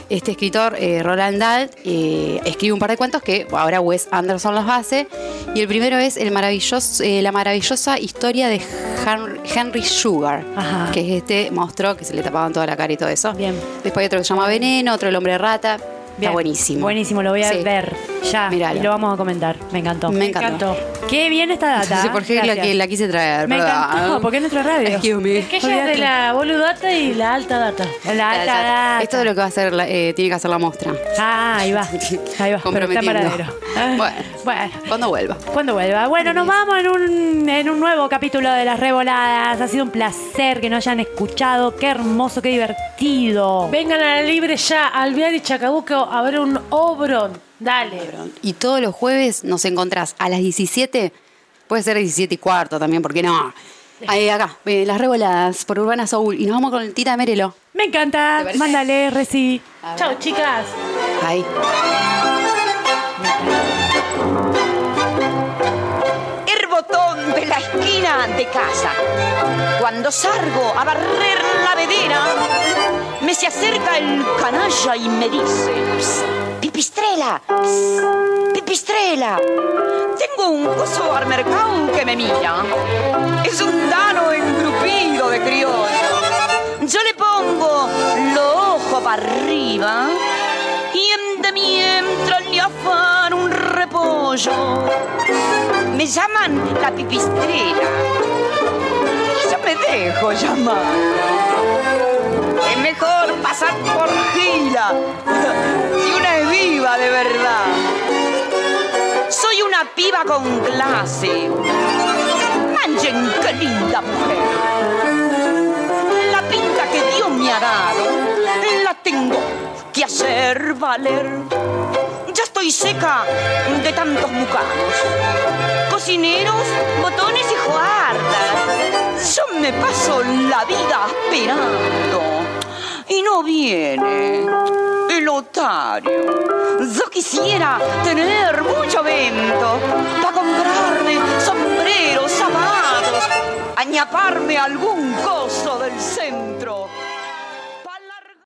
[SPEAKER 4] este escritor, eh, Roland Dahl, eh, escribe un par de cuentos que ahora Wes Anderson los hace. Y el primero es el maravilloso, eh, La maravillosa historia de Henry, Henry Sugar,
[SPEAKER 1] Ajá.
[SPEAKER 4] que es este monstruo que se le tapaban toda la cara y todo eso.
[SPEAKER 1] Bien.
[SPEAKER 4] Después hay otro que se llama Veneno, otro el hombre rata.
[SPEAKER 1] Bien.
[SPEAKER 4] Está buenísimo.
[SPEAKER 1] Buenísimo, lo voy a
[SPEAKER 4] Sí.
[SPEAKER 1] ver. Ya,
[SPEAKER 4] Míralo.
[SPEAKER 1] y lo vamos a comentar. Me encantó.
[SPEAKER 4] Me
[SPEAKER 2] Me encantó.
[SPEAKER 1] Qué bien esta data.
[SPEAKER 4] No sé
[SPEAKER 1] ¿eh?
[SPEAKER 4] por qué la,
[SPEAKER 1] Gracias.
[SPEAKER 4] que- la quise traer,
[SPEAKER 1] Me
[SPEAKER 4] perdón.
[SPEAKER 1] encantó, porque es nuestra radio.
[SPEAKER 4] Excuse me.
[SPEAKER 2] Es que ella es de la boludata y la alta data.
[SPEAKER 1] La
[SPEAKER 4] Ya,
[SPEAKER 1] alta
[SPEAKER 4] ya.
[SPEAKER 1] data.
[SPEAKER 4] Esto es lo que va a hacer, la- eh, tiene que hacer la muestra.
[SPEAKER 1] Ah, ahí va. Ahí va. Pero está en
[SPEAKER 4] Comprometiendo.
[SPEAKER 1] paradero. Ah,
[SPEAKER 4] [laughs] Bueno.
[SPEAKER 1] bueno.
[SPEAKER 4] Cuando vuelva.
[SPEAKER 1] Cuando vuelva. Bueno, nos vamos en un, en un nuevo capítulo de Las Revoladas. Ha sido un placer que nos hayan escuchado. Qué hermoso, qué divertido.
[SPEAKER 2] Vengan a la libre ya, al Alvear y Chacabuco a ver un obrón. Dale.
[SPEAKER 4] Y todos los jueves nos encontrás a las 17, puede ser 17 y cuarto también, porque no. Ahí acá, eh, las revoladas por Urbana Soul. Y nos vamos con el Tita Merelo.
[SPEAKER 1] Me encanta.
[SPEAKER 4] ¿Te parece?
[SPEAKER 1] Mándale, reci.
[SPEAKER 2] Chao, chicas.
[SPEAKER 4] Ahí.
[SPEAKER 3] el botón de la esquina de casa. Cuando salgo a barrer la vedera, me se acerca el canalla y me dice, "Ps, pipistrela, ps, pipistrela, tengo un coso armercón que me mira. Es un dano engrupido de criollo. Yo le pongo los ojos para arriba y en de mientras le afano un repollo. Me llaman la pipistrera. Y yo me dejo llamar. Es mejor pasar por gila [laughs] si una es viva de verdad. Soy una piba con clase. Manchen, qué linda mujer. La pinta que Dios me ha dado la tengo que hacer valer. Ya estoy seca de tantos mucanos cocineros, botones y juardas. Yo me paso la vida esperando y no viene el otario. Yo quisiera tener mucho vento para comprarme sombreros, zapatos, añaparme algún coso del centro.